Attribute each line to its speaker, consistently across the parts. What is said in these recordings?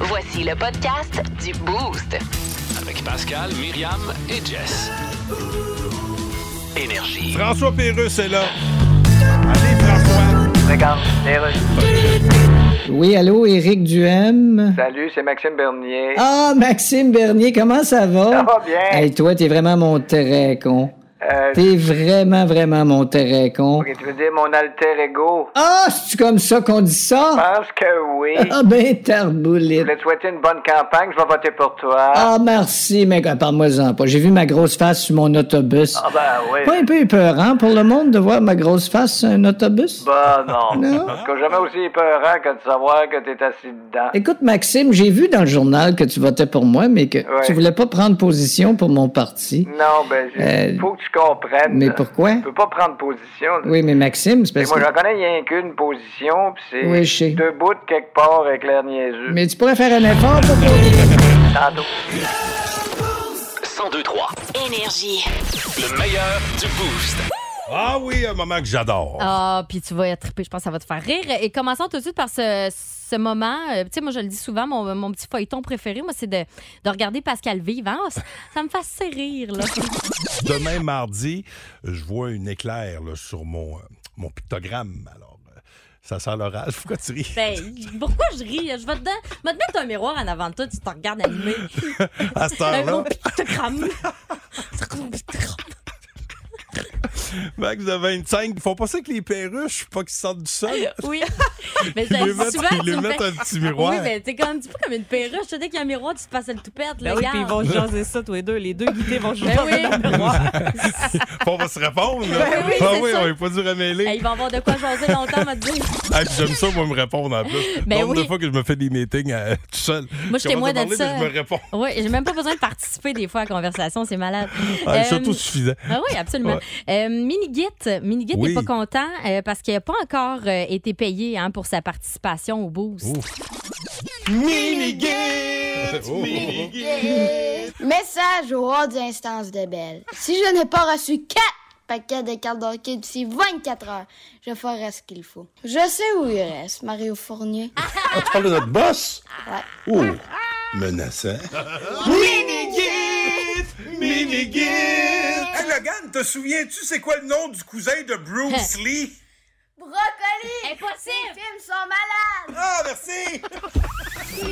Speaker 1: Voici le podcast du Boost.
Speaker 2: Avec Pascal, Myriam et Jess. Énergie.
Speaker 3: François Pérus est là. Allez, François.
Speaker 4: Oui, allô, Éric Duhem.
Speaker 5: Salut, c'est Maxime Bernier.
Speaker 4: Ah, Maxime Bernier, comment ça va?
Speaker 5: Ça va bien.
Speaker 4: Hey, toi, t'es vraiment mon très con.
Speaker 5: Euh,
Speaker 4: T'es vraiment, vraiment mon très con.
Speaker 5: ok, tu veux dire mon alter ego?
Speaker 4: Ah, c'est-tu comme ça qu'on dit
Speaker 5: Je
Speaker 4: ça?
Speaker 5: pense que oui.
Speaker 4: Ah, ben,
Speaker 5: Je
Speaker 4: tarboulite.
Speaker 5: voulais te souhaiter une bonne campagne, je vais voter pour toi.
Speaker 4: Ah, merci, mais parle-moi-en pas. J'ai vu ma grosse face sur mon autobus.
Speaker 5: Ah ben oui.
Speaker 4: Pas un peu épeurant pour le monde de voir ma grosse face sur un autobus?
Speaker 5: Bah non.
Speaker 4: Non.
Speaker 5: Parce que jamais aussi épeurant que de savoir que t'es assis dedans.
Speaker 4: Écoute, Maxime, j'ai vu dans le journal que tu votais pour moi, mais que
Speaker 5: Ouais.
Speaker 4: tu voulais pas prendre position pour mon parti.
Speaker 5: Non, ben, c'est-
Speaker 4: Euh,
Speaker 5: faut que tu comprennes.
Speaker 4: mais pourquoi?
Speaker 5: Tu peux pas prendre position. là.
Speaker 4: Oui, mais Maxime, c'est
Speaker 5: euh, Et
Speaker 4: parce
Speaker 5: moi,
Speaker 4: que...
Speaker 5: j'en connais rien qu'une position, puis c'est
Speaker 4: Oui, je sais.
Speaker 5: deux bouts de quelque part avec l'air niaiseux.
Speaker 4: Mais tu pourrais faire un effort pour...
Speaker 2: 1023.
Speaker 1: Énergie.
Speaker 2: Le meilleur du boost.
Speaker 3: Ah oui, un moment que j'adore.
Speaker 6: Ah, puis tu vas triper, je pense que ça va te faire rire. Et commençons tout de suite par ce, ce moment. Euh, tu sais, moi, je le dis souvent, mon, mon petit feuilleton préféré, moi, c'est de, de regarder Pascal vivre. Ah, ça, ça me fait assez rire, là.
Speaker 3: Demain, mardi, je vois un éclair là, sur mon, euh, mon pictogramme. Alors, euh, ça sent l'orage. Pourquoi tu ris?
Speaker 6: Ben, pourquoi je ris? Je vais te, don- je vais te mettre un miroir en avant de toi, tu te regardes animé.
Speaker 3: À cette
Speaker 6: Un gros
Speaker 3: heure-là,
Speaker 6: pictogramme.
Speaker 3: Max de 25, ils font pas ça avec les perruches, faut pas qu'ils sortent du sol.
Speaker 6: oui. Mais
Speaker 3: Ils
Speaker 6: ça,
Speaker 3: lui mettent,
Speaker 6: Ben, souvent,
Speaker 3: ils lui
Speaker 6: tu me
Speaker 3: mettent
Speaker 6: fais-
Speaker 3: un petit miroir.
Speaker 6: Oui, mais t'es comme un petit peu comme une perruche. Tu sais, Dès qu'il y a un miroir, tu te passes le toupette, là.
Speaker 7: Ben oui, puis ils
Speaker 6: regarde.
Speaker 7: vont jaser ça tous les deux. Les deux guidés vont jaser ça.
Speaker 6: Ben oui.
Speaker 3: on va se répondre. là.
Speaker 6: Ben oui,
Speaker 3: ah
Speaker 6: c'est
Speaker 3: oui,
Speaker 6: ça.
Speaker 3: on n'est pas dû remêler.
Speaker 6: Eh, ils vont avoir de quoi jaser longtemps, m'a dit.
Speaker 3: Ah, puis J'aime ça, moi, me répondre en plus.
Speaker 6: Ben
Speaker 3: Nombre de
Speaker 6: oui.
Speaker 3: fois que je me fais des meetings euh, tout seul. Je
Speaker 6: Moi, je témoin
Speaker 3: commence à parler,
Speaker 6: de ça.
Speaker 3: mais Je me réponds.
Speaker 6: Oui, j'ai même pas besoin de participer des fois à la conversation, c'est malade.
Speaker 3: Ah,
Speaker 6: Euh,
Speaker 3: C'est autosuffisant.
Speaker 6: ah oui, absolument. Euh, Minigit, Minigit n'est
Speaker 3: Oui.
Speaker 6: pas content euh, parce qu'il n'a pas encore euh, été payé hein, pour sa participation au boost.
Speaker 3: Ouh. Oh, oh, oh.
Speaker 8: Message au roi des instances de Belle. Si je n'ai pas reçu 4 paquets de cartes d'hockey d'ici 24 heures, je ferai ce qu'il faut. Je sais où il reste, Mario Fournier.
Speaker 9: Tu parles de notre boss? Oh, menaçant.
Speaker 10: Hey Logan, te souviens-tu c'est quoi le nom du cousin de Bruce Lee?
Speaker 8: Brocoli!
Speaker 6: Impossible!
Speaker 8: films sont malades!
Speaker 10: Ah, merci!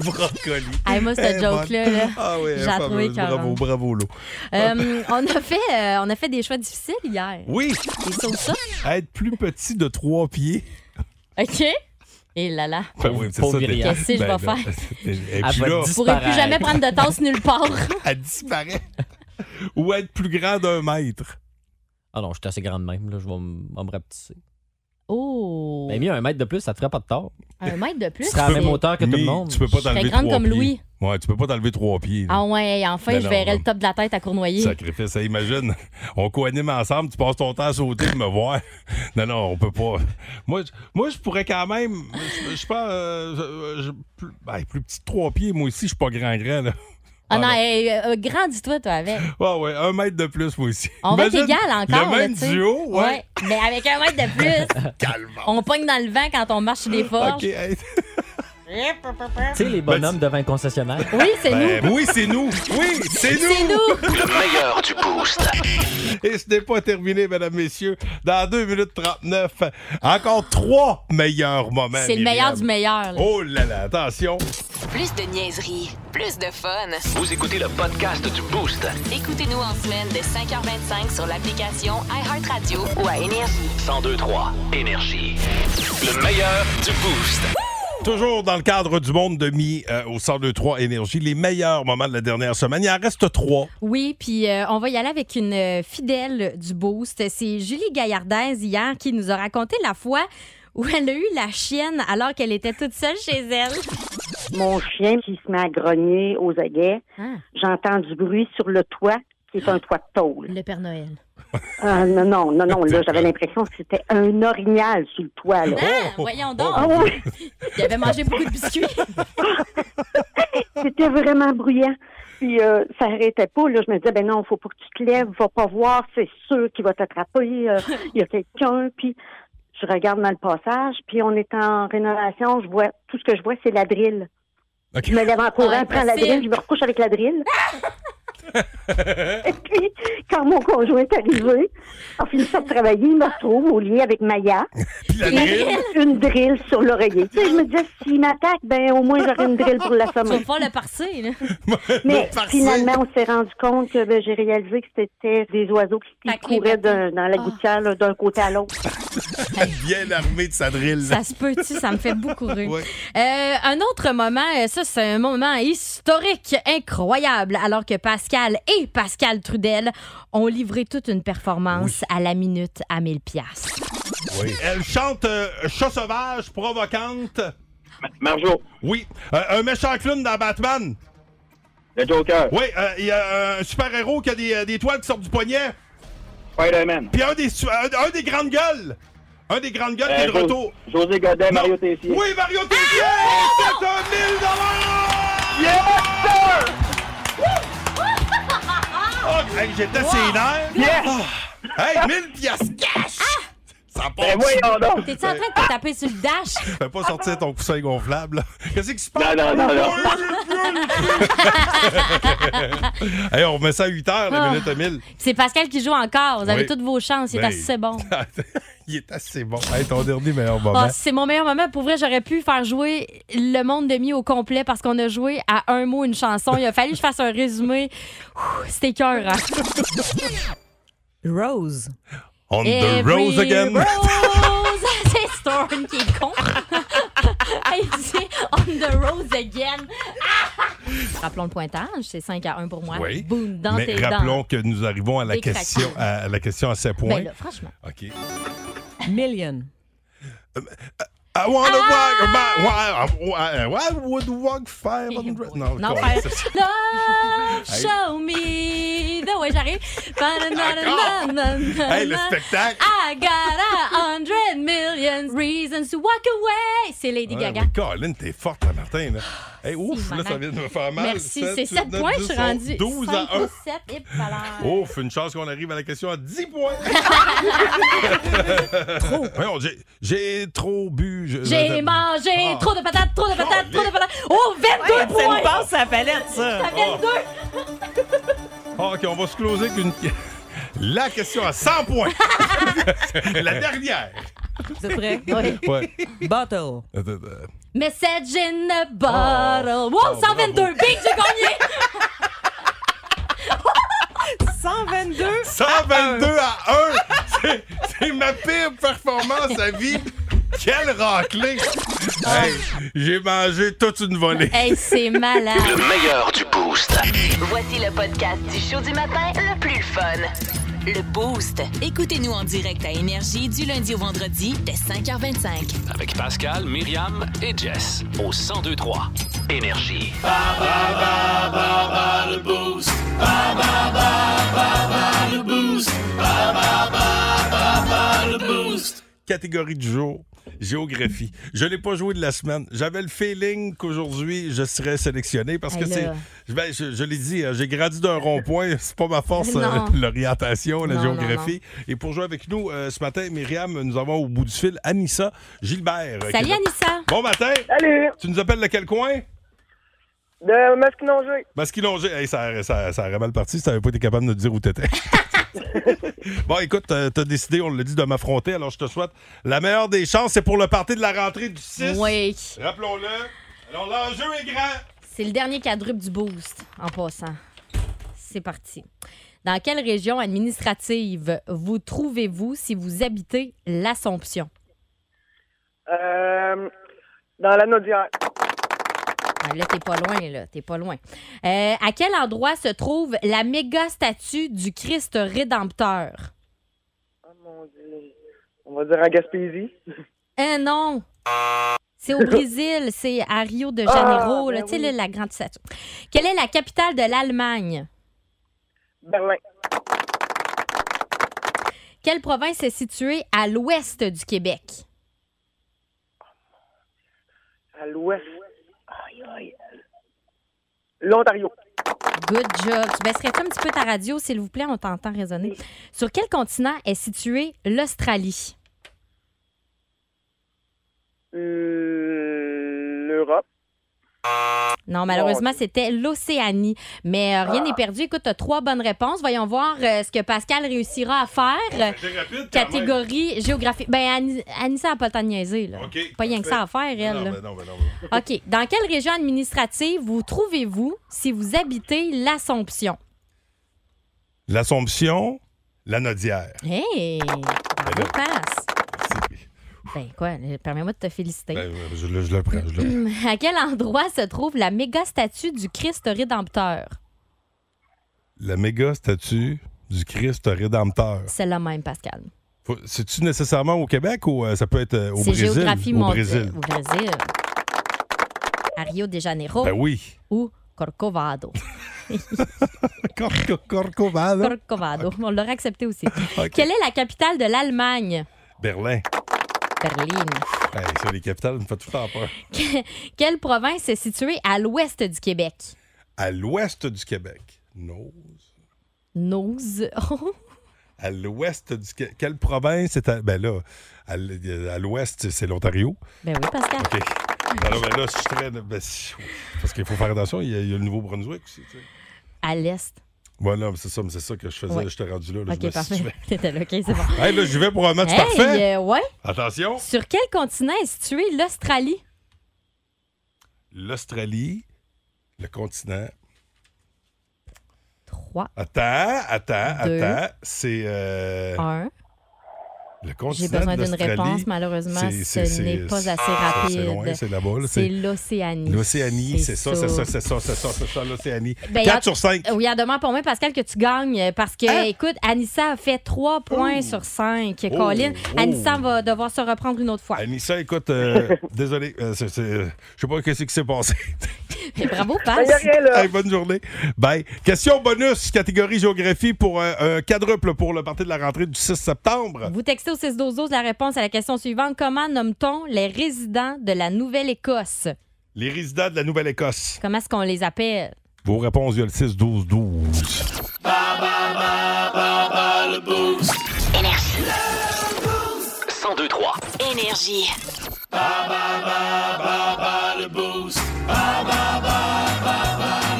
Speaker 3: Brocoli.
Speaker 6: Hey, moi, cette
Speaker 3: Eh,
Speaker 6: joke-là,
Speaker 3: bonne.
Speaker 6: là,
Speaker 3: Ah oui,
Speaker 6: je la trouvais
Speaker 3: fameuse. Bravo,
Speaker 6: écœurante.
Speaker 3: bravo, l'eau.
Speaker 6: Euh, on, a fait, euh, on a fait des choix difficiles hier.
Speaker 3: Oui,
Speaker 6: Et sur ça,
Speaker 3: être plus petit de trois pieds.
Speaker 6: OK? Et là là,
Speaker 9: Ah
Speaker 3: Ben oui, c'est
Speaker 7: Pauvre
Speaker 3: des- Ben
Speaker 7: Myriam.
Speaker 6: Qu'est-ce que je vais
Speaker 3: là,
Speaker 6: faire?
Speaker 3: Et
Speaker 7: Elle
Speaker 3: puis
Speaker 7: va
Speaker 3: là,
Speaker 6: je pourrais plus
Speaker 7: Disparaître.
Speaker 6: jamais prendre de tasse nulle part.
Speaker 3: elle disparaît. Ou être plus grand d'un mètre.
Speaker 7: Ah non, je suis assez grande même. Là. Je vais m- on me rapetisser.
Speaker 6: Oh!
Speaker 7: Mais mieux, un mètre de plus, ça te ferait pas de tort.
Speaker 6: Un mètre de plus.
Speaker 7: Tu serais à la
Speaker 6: c'est-
Speaker 7: même hauteur que tout
Speaker 3: Mais
Speaker 7: le monde.
Speaker 3: Tu peux pas
Speaker 6: Je serais
Speaker 3: t'enlever
Speaker 6: grande
Speaker 3: trois
Speaker 6: comme
Speaker 3: pieds.
Speaker 6: Louis.
Speaker 3: Ouais, tu peux pas t'enlever trois pieds. là.
Speaker 6: Ah ouais, enfin,
Speaker 3: Ben
Speaker 6: je
Speaker 3: non,
Speaker 6: verrai
Speaker 3: non.
Speaker 6: le top de la tête à Cournoyer.
Speaker 3: Sacrifice, ça imagine. On coanime ensemble, tu passes ton temps à sauter et me voir. Non, non, on peut pas. Moi, je- moi je pourrais quand même. Je je suis pas. euh, je- je- plus, ben, plus petit de trois pieds, moi aussi, je suis pas grand-grand. là.
Speaker 6: Ah non,
Speaker 3: Ah non.
Speaker 6: hey, euh, euh, grandis-toi, toi, avec.
Speaker 3: Ouais, ouais, un mètre de plus, moi aussi.
Speaker 6: On va être
Speaker 3: Imagine
Speaker 6: égal encore.
Speaker 3: Le
Speaker 6: là,
Speaker 3: même
Speaker 6: tu sais.
Speaker 3: duo, ouais.
Speaker 6: Mais avec un mètre de plus,
Speaker 3: Calme.
Speaker 6: on pogne dans le vent quand on marche sur des forges.
Speaker 3: Ok, hey.
Speaker 7: Tu sais, les bonhommes devant un concessionnaire.
Speaker 6: Oui, c'est
Speaker 3: Ben, oui, c'est nous. Oui, c'est
Speaker 6: nous. C'est
Speaker 3: nous.
Speaker 6: nous.
Speaker 2: Le meilleur du boost.
Speaker 3: Et ce n'est pas terminé, mesdames, messieurs. Dans 2 minutes 39, encore trois meilleurs moments.
Speaker 6: C'est le meilleur
Speaker 3: Myriam.
Speaker 6: du meilleur. là.
Speaker 3: Oh là là, attention.
Speaker 1: Plus de niaiserie, plus de fun.
Speaker 2: Vous écoutez le podcast du boost.
Speaker 1: Écoutez-nous en semaine de 5h25 sur l'application iHeartRadio ou à Énergie.
Speaker 2: 1023. Énergie. Le meilleur du boost.
Speaker 3: Toujours dans le cadre du monde demi euh, au 1023 Énergie, les meilleurs moments de la dernière semaine. Il en reste trois.
Speaker 6: Oui, puis euh, on va y aller avec une euh, fidèle du Boost. C'est Julie Gaillardez hier qui nous a raconté la fois où elle a eu la chienne alors qu'elle était toute seule chez elle.
Speaker 8: Mon chien qui se met à grogner aux aguets.
Speaker 6: Ah.
Speaker 8: J'entends du bruit sur le toit, qui est un toit de tôle.
Speaker 6: Le Père Noël.
Speaker 8: Ah, non, non, non, non, là, j'avais l'impression que c'était un orignal sur le toit, là.
Speaker 6: Ah, voyons donc.
Speaker 8: Ah oui,
Speaker 6: Il avait mangé beaucoup de biscuits.
Speaker 8: c'était vraiment bruyant. Puis euh, ça arrêtait pas, là. Je me disais, ben non, faut pas que tu te lèves, va pas voir, c'est sûr qu'il va t'attraper, euh, il y a quelqu'un. Puis
Speaker 11: je regarde dans le passage, puis on est en rénovation, je vois tout ce que je vois, c'est la drille. Je me lève en courant,
Speaker 12: Ah,
Speaker 11: je prends la
Speaker 12: facile.
Speaker 11: drille, je me recouche avec la drille. Et puis, quand mon conjoint est arrivé, en finissant de travailler, il me retrouve au lit avec Maya.
Speaker 12: la
Speaker 11: Et
Speaker 12: drille?
Speaker 11: Une drille sur l'oreiller. Tu sais, je me disais, s'il m'attaque, ben au moins j'aurai une drille pour la
Speaker 6: Tu vas
Speaker 11: somme.
Speaker 6: pas le parser, là.
Speaker 12: Ben,
Speaker 11: Mais finalement, on s'est rendu compte que ben, j'ai réalisé que c'était des oiseaux qui couraient d'un- dans la gouttière là, d'un côté à l'autre.
Speaker 3: Bien armé de sa drille.
Speaker 6: Ça se peut-tu? Ça me fait beaucoup rire. Euh, un autre moment, euh, ça, c'est un moment historique, incroyable, alors que Pascal et Pascal Trudel ont livré toute une performance à la minute à 1000 piastres.
Speaker 3: Elle chante euh, Chat sauvage, provocante. Marjo. Oui. Euh, un méchant clown dans Batman. Le Joker. Oui, euh, il y a un super-héros qui a des, euh, des toiles qui sortent du poignet. Spider-Man. Puis un des, su- un, un des grandes gueules. Un des grandes gueules qui est de
Speaker 13: Euh, Jo-
Speaker 3: retour.
Speaker 13: José Godet,
Speaker 3: Non.
Speaker 13: Mario Tessier.
Speaker 3: Oui, Mario Tessier! C'est un 1000 Yes, sir! Oh, hey, j'étais sénère. Ah.
Speaker 12: Yes!
Speaker 3: Hey, 1000 piastres cash! Ça part.
Speaker 6: T'es-tu en train de te taper sur le dash?
Speaker 3: Fais pas sortir ton coussin gonflable. là. Qu'est-ce qui se passe?
Speaker 12: Ah
Speaker 3: Oh,
Speaker 12: Non, non, non, non.
Speaker 3: hey, on remet ça à 8 heures, la
Speaker 6: Ah.
Speaker 3: minute à 1000.
Speaker 6: C'est Pascal qui joue encore. Vous avez
Speaker 3: Oui.
Speaker 6: toutes vos chances. Il est
Speaker 3: Ben,
Speaker 6: assez bon.
Speaker 3: Il est assez bon. Hey, ton dernier meilleur
Speaker 6: Ah,
Speaker 3: moment.
Speaker 6: c'est mon meilleur moment. Pour vrai, j'aurais pu faire jouer le monde de mi au complet parce qu'on a joué à un mot une chanson. Il a fallu que je fasse un résumé. Ouh, C'était cœur. hein.
Speaker 14: Rose.
Speaker 3: On the rose again.
Speaker 6: Rose. C'est Storm qui est con. Il dit on the rose again. Rappelons le pointage, c'est 5 à 1 pour moi.
Speaker 3: Oui.
Speaker 6: Boum, dans
Speaker 3: Mais
Speaker 6: tes
Speaker 3: rappelons
Speaker 6: dents.
Speaker 3: que nous arrivons à la,
Speaker 6: Des craquants.
Speaker 3: question, à, à la question à 7 points.
Speaker 6: Ben là, franchement.
Speaker 3: OK.
Speaker 14: Million.
Speaker 3: I wanna
Speaker 6: Ah!
Speaker 3: walk, why, why, why would walk 500? Non,
Speaker 6: Non,
Speaker 3: quoi,
Speaker 6: faire
Speaker 3: c'est ça.
Speaker 6: Love,
Speaker 3: Hey.
Speaker 6: show me the way j'arrive.
Speaker 12: Hey,
Speaker 6: Hey,
Speaker 12: le spectacle.
Speaker 6: I got a hundred million reasons to walk away. C'est Lady
Speaker 3: Ouais,
Speaker 6: Gaga. Ah,
Speaker 3: oui, Colin, t'es forte le matin. Là. Hey, ouf, là,
Speaker 6: malade.
Speaker 3: ça vient de me faire mal.
Speaker 6: Merci, c'est
Speaker 3: 7
Speaker 6: 7 points, je suis rendu.
Speaker 3: 12 à Oh, 1.
Speaker 6: 7 et voilà.
Speaker 3: Ouf, une chance qu'on arrive à la question à 10 points. trop. j'ai trop bu. je-
Speaker 6: J'ai
Speaker 3: je-
Speaker 6: mangé
Speaker 3: Ah.
Speaker 6: trop de patates, trop de patates, trop de patates. Oh, 22
Speaker 3: Ouais,
Speaker 6: points!
Speaker 3: c'est une passe
Speaker 14: à la palette, ça.
Speaker 6: Ça fait
Speaker 3: Oh.
Speaker 6: deux.
Speaker 3: Ah, OK, on va se closer avec une... la question à 100 points. la dernière.
Speaker 14: Vous êtes prêts?
Speaker 3: Ouais.
Speaker 14: Bottle.
Speaker 3: Attends, euh,
Speaker 6: Message in a
Speaker 3: Oh.
Speaker 6: bottle. Wow, 122. Big, j'ai gagné.
Speaker 14: 122.
Speaker 3: 122
Speaker 12: Ah,
Speaker 3: à 1. C'est ma pire performance à vie. Quelle raclée! Hey, j'ai mangé toute une volée.
Speaker 6: Hey, c'est malade.
Speaker 2: Le meilleur du boost.
Speaker 1: Voici le podcast du show du matin le plus fun. Le Boost. Écoutez-nous en direct à Énergie du lundi au vendredi dès 5h25.
Speaker 2: Avec Pascal, Myriam et Jess au 1023 Énergie.
Speaker 3: Catégorie du jour, géographie. Je l'ai pas joué de la semaine. J'avais le feeling qu'aujourd'hui, je serais sélectionné parce que
Speaker 12: Hey,
Speaker 3: c'est.
Speaker 12: là.
Speaker 3: ben, je je l'ai dit, hein, j'ai grandi d'un rond-point. C'est pas ma force,
Speaker 12: Non.
Speaker 3: euh, l'orientation, la
Speaker 12: Non, non,
Speaker 3: géographie. Et pour jouer avec nous euh, ce matin, Myriam, nous avons au bout du fil Anissa Gilbert. euh, qui
Speaker 6: Salut,
Speaker 3: est-
Speaker 6: Anissa.
Speaker 3: Bon matin.
Speaker 15: Salut.
Speaker 3: Tu nous appelles de quel coin?
Speaker 15: De Masquinongé.
Speaker 3: Parce qu'ils l'ont dit, Hey, ça, ça, ça aurait mal parti si t'avais pas été capable de nous dire où t'étais. bon, écoute, euh, t'as décidé, on l'a dit, de m'affronter, alors je te souhaite la meilleure des chances. C'est pour le party de la rentrée du 6.
Speaker 6: Oui.
Speaker 3: Rappelons-le. Alors, l'enjeu est grand.
Speaker 6: C'est le dernier quadruple du boost, en passant. C'est parti. Dans quelle région administrative vous trouvez-vous si vous habitez l'Assomption?
Speaker 15: Euh, dans l'anneau d'hier.
Speaker 6: Ah, Là, t'es pas loin, là. T'es pas loin. Euh, à quel endroit se trouve la méga statue du Christ rédempteur?
Speaker 15: Oh On va dire en Gaspésie.
Speaker 6: Eh non! C'est au Brésil, c'est à Rio de Janeiro,
Speaker 15: Ah,
Speaker 6: là.
Speaker 15: ben
Speaker 6: Tu sais,
Speaker 15: oui.
Speaker 6: là, la grande statue. Quelle est la capitale de l'Allemagne?
Speaker 15: Berlin.
Speaker 6: Quelle province est située à l'ouest du Québec?
Speaker 15: À l'ouest. Aïe, aïe. L'Ontario.
Speaker 6: Good job. Tu baisserais-tu un petit peu ta radio, s'il vous plaît? On t'entend résonner. Sur quel continent est située l'Australie?
Speaker 15: L'Europe.
Speaker 6: Non, malheureusement, c'était l'Océanie. Mais euh,
Speaker 3: Ah.
Speaker 6: rien n'est perdu. Écoute, tu as trois bonnes réponses. Voyons voir euh, ce que Pascal réussira à faire.
Speaker 3: C'était rapide, quand même.
Speaker 6: Catégorie géographique. Ben, Annie- Anissa n'a pas le temps de niaiser. Là.
Speaker 3: OK,
Speaker 6: pas rien que ça à faire, elle.
Speaker 3: Non,
Speaker 6: là.
Speaker 3: ben non, ben non,
Speaker 6: OK. Dans quelle région administrative vous trouvez-vous si vous habitez l'Assomption?
Speaker 3: L'Assomption, la Nodière.
Speaker 6: Hey! Bravo, passe. Ben quoi, euh, permets-moi de te féliciter.
Speaker 3: Ben, euh, je, le- je le prends, je le prends.
Speaker 6: Hum, À quel endroit se trouve la méga statue du Christ rédempteur?
Speaker 3: La méga statue du Christ rédempteur.
Speaker 6: Celle-là même, Pascal.
Speaker 3: Faut- C'est-tu nécessairement au Québec ou euh, ça peut être euh, au
Speaker 6: C'est
Speaker 3: Brésil?
Speaker 6: géographie
Speaker 3: au
Speaker 6: mondiale.
Speaker 3: Brésil.
Speaker 6: Au Brésil. À Rio de Janeiro.
Speaker 3: Ben oui.
Speaker 6: Ou Corcovado.
Speaker 3: Corcovado.
Speaker 6: Corcovado. On l'aurait accepté aussi. Quelle est la capitale de l'Allemagne?
Speaker 3: Berlin.
Speaker 6: Berlin.
Speaker 3: Hey, ça, les capitales me font tout le temps peur.
Speaker 6: Que- Quelle province est située à l'ouest du Québec?
Speaker 3: À l'ouest du Québec. Non.
Speaker 6: Nose.
Speaker 3: À l'ouest du Québec. Quelle province est à. Ben là, à l- euh, à l'ouest, c'est l'Ontario.
Speaker 6: ben oui, Pascal.
Speaker 3: OK. Alors, ben là, je suis très. ben, si- parce qu'il faut faire attention, il y a, il y a le Nouveau-Brunswick aussi. tu sais.
Speaker 6: À l'est.
Speaker 3: Voilà, c'est ça, mais c'est ça que je faisais.
Speaker 6: Ouais.
Speaker 3: J'étais rendu là. là, je me
Speaker 6: OK, parfait.
Speaker 3: situais.
Speaker 6: T'étais là, OK, c'est bon.
Speaker 3: Hey, là, je vais pour un match
Speaker 6: Hey,
Speaker 3: parfait.
Speaker 6: euh, ouais.
Speaker 3: Attention.
Speaker 6: Sur quel continent est située l'Australie?
Speaker 3: L'Australie, le continent.
Speaker 6: Trois.
Speaker 3: Attends, attends,
Speaker 6: Deux.
Speaker 3: attends. C'est. euh,
Speaker 6: Un.
Speaker 3: Le continent.
Speaker 6: J'ai besoin
Speaker 3: de
Speaker 6: d'une
Speaker 3: l'Australie,
Speaker 6: réponse, malheureusement.
Speaker 3: c'est- c'est-
Speaker 6: Ce
Speaker 3: c'est-
Speaker 6: n'est pas
Speaker 3: c'est-
Speaker 6: assez
Speaker 3: c'est-
Speaker 6: rapide.
Speaker 3: C'est loin, c'est là-bas. là,
Speaker 6: C'est
Speaker 3: c'est-
Speaker 6: l'Océanie.
Speaker 3: L'Océanie, c'est ça, c'est ça, c'est ça, c'est ça, c'est ça, l'Océanie.
Speaker 6: Ben,
Speaker 3: 4
Speaker 6: en-
Speaker 3: sur 5.
Speaker 6: Oui, à demain pour moi, Pascal, que tu gagnes. euh, Parce que, écoute, Anissa a fait 3 points sur 5.
Speaker 3: Oh,
Speaker 6: Colin,
Speaker 3: oh.
Speaker 6: Anissa va devoir se reprendre une autre fois.
Speaker 3: Anissa, écoute, euh, désolé, euh, c'est- c'est- euh, je sais pas qu'est-ce qui s'est passé.
Speaker 6: Mais bravo, Pascal.
Speaker 3: Hey, bonne journée. Bye. Question bonus, catégorie géographie pour euh, un quadruple pour le parti de la rentrée du 6 septembre.
Speaker 6: Vous textez au 6 12 12 la réponse à la question suivante. Comment nomme-t-on les résidents de la Nouvelle-Écosse?
Speaker 3: Les résidents de la Nouvelle-Écosse.
Speaker 6: Comment est-ce qu'on les appelle?
Speaker 3: Vos réponses via le 6-12-12.
Speaker 2: le boost. Énergie. 1023.
Speaker 1: Énergie.
Speaker 2: le boost.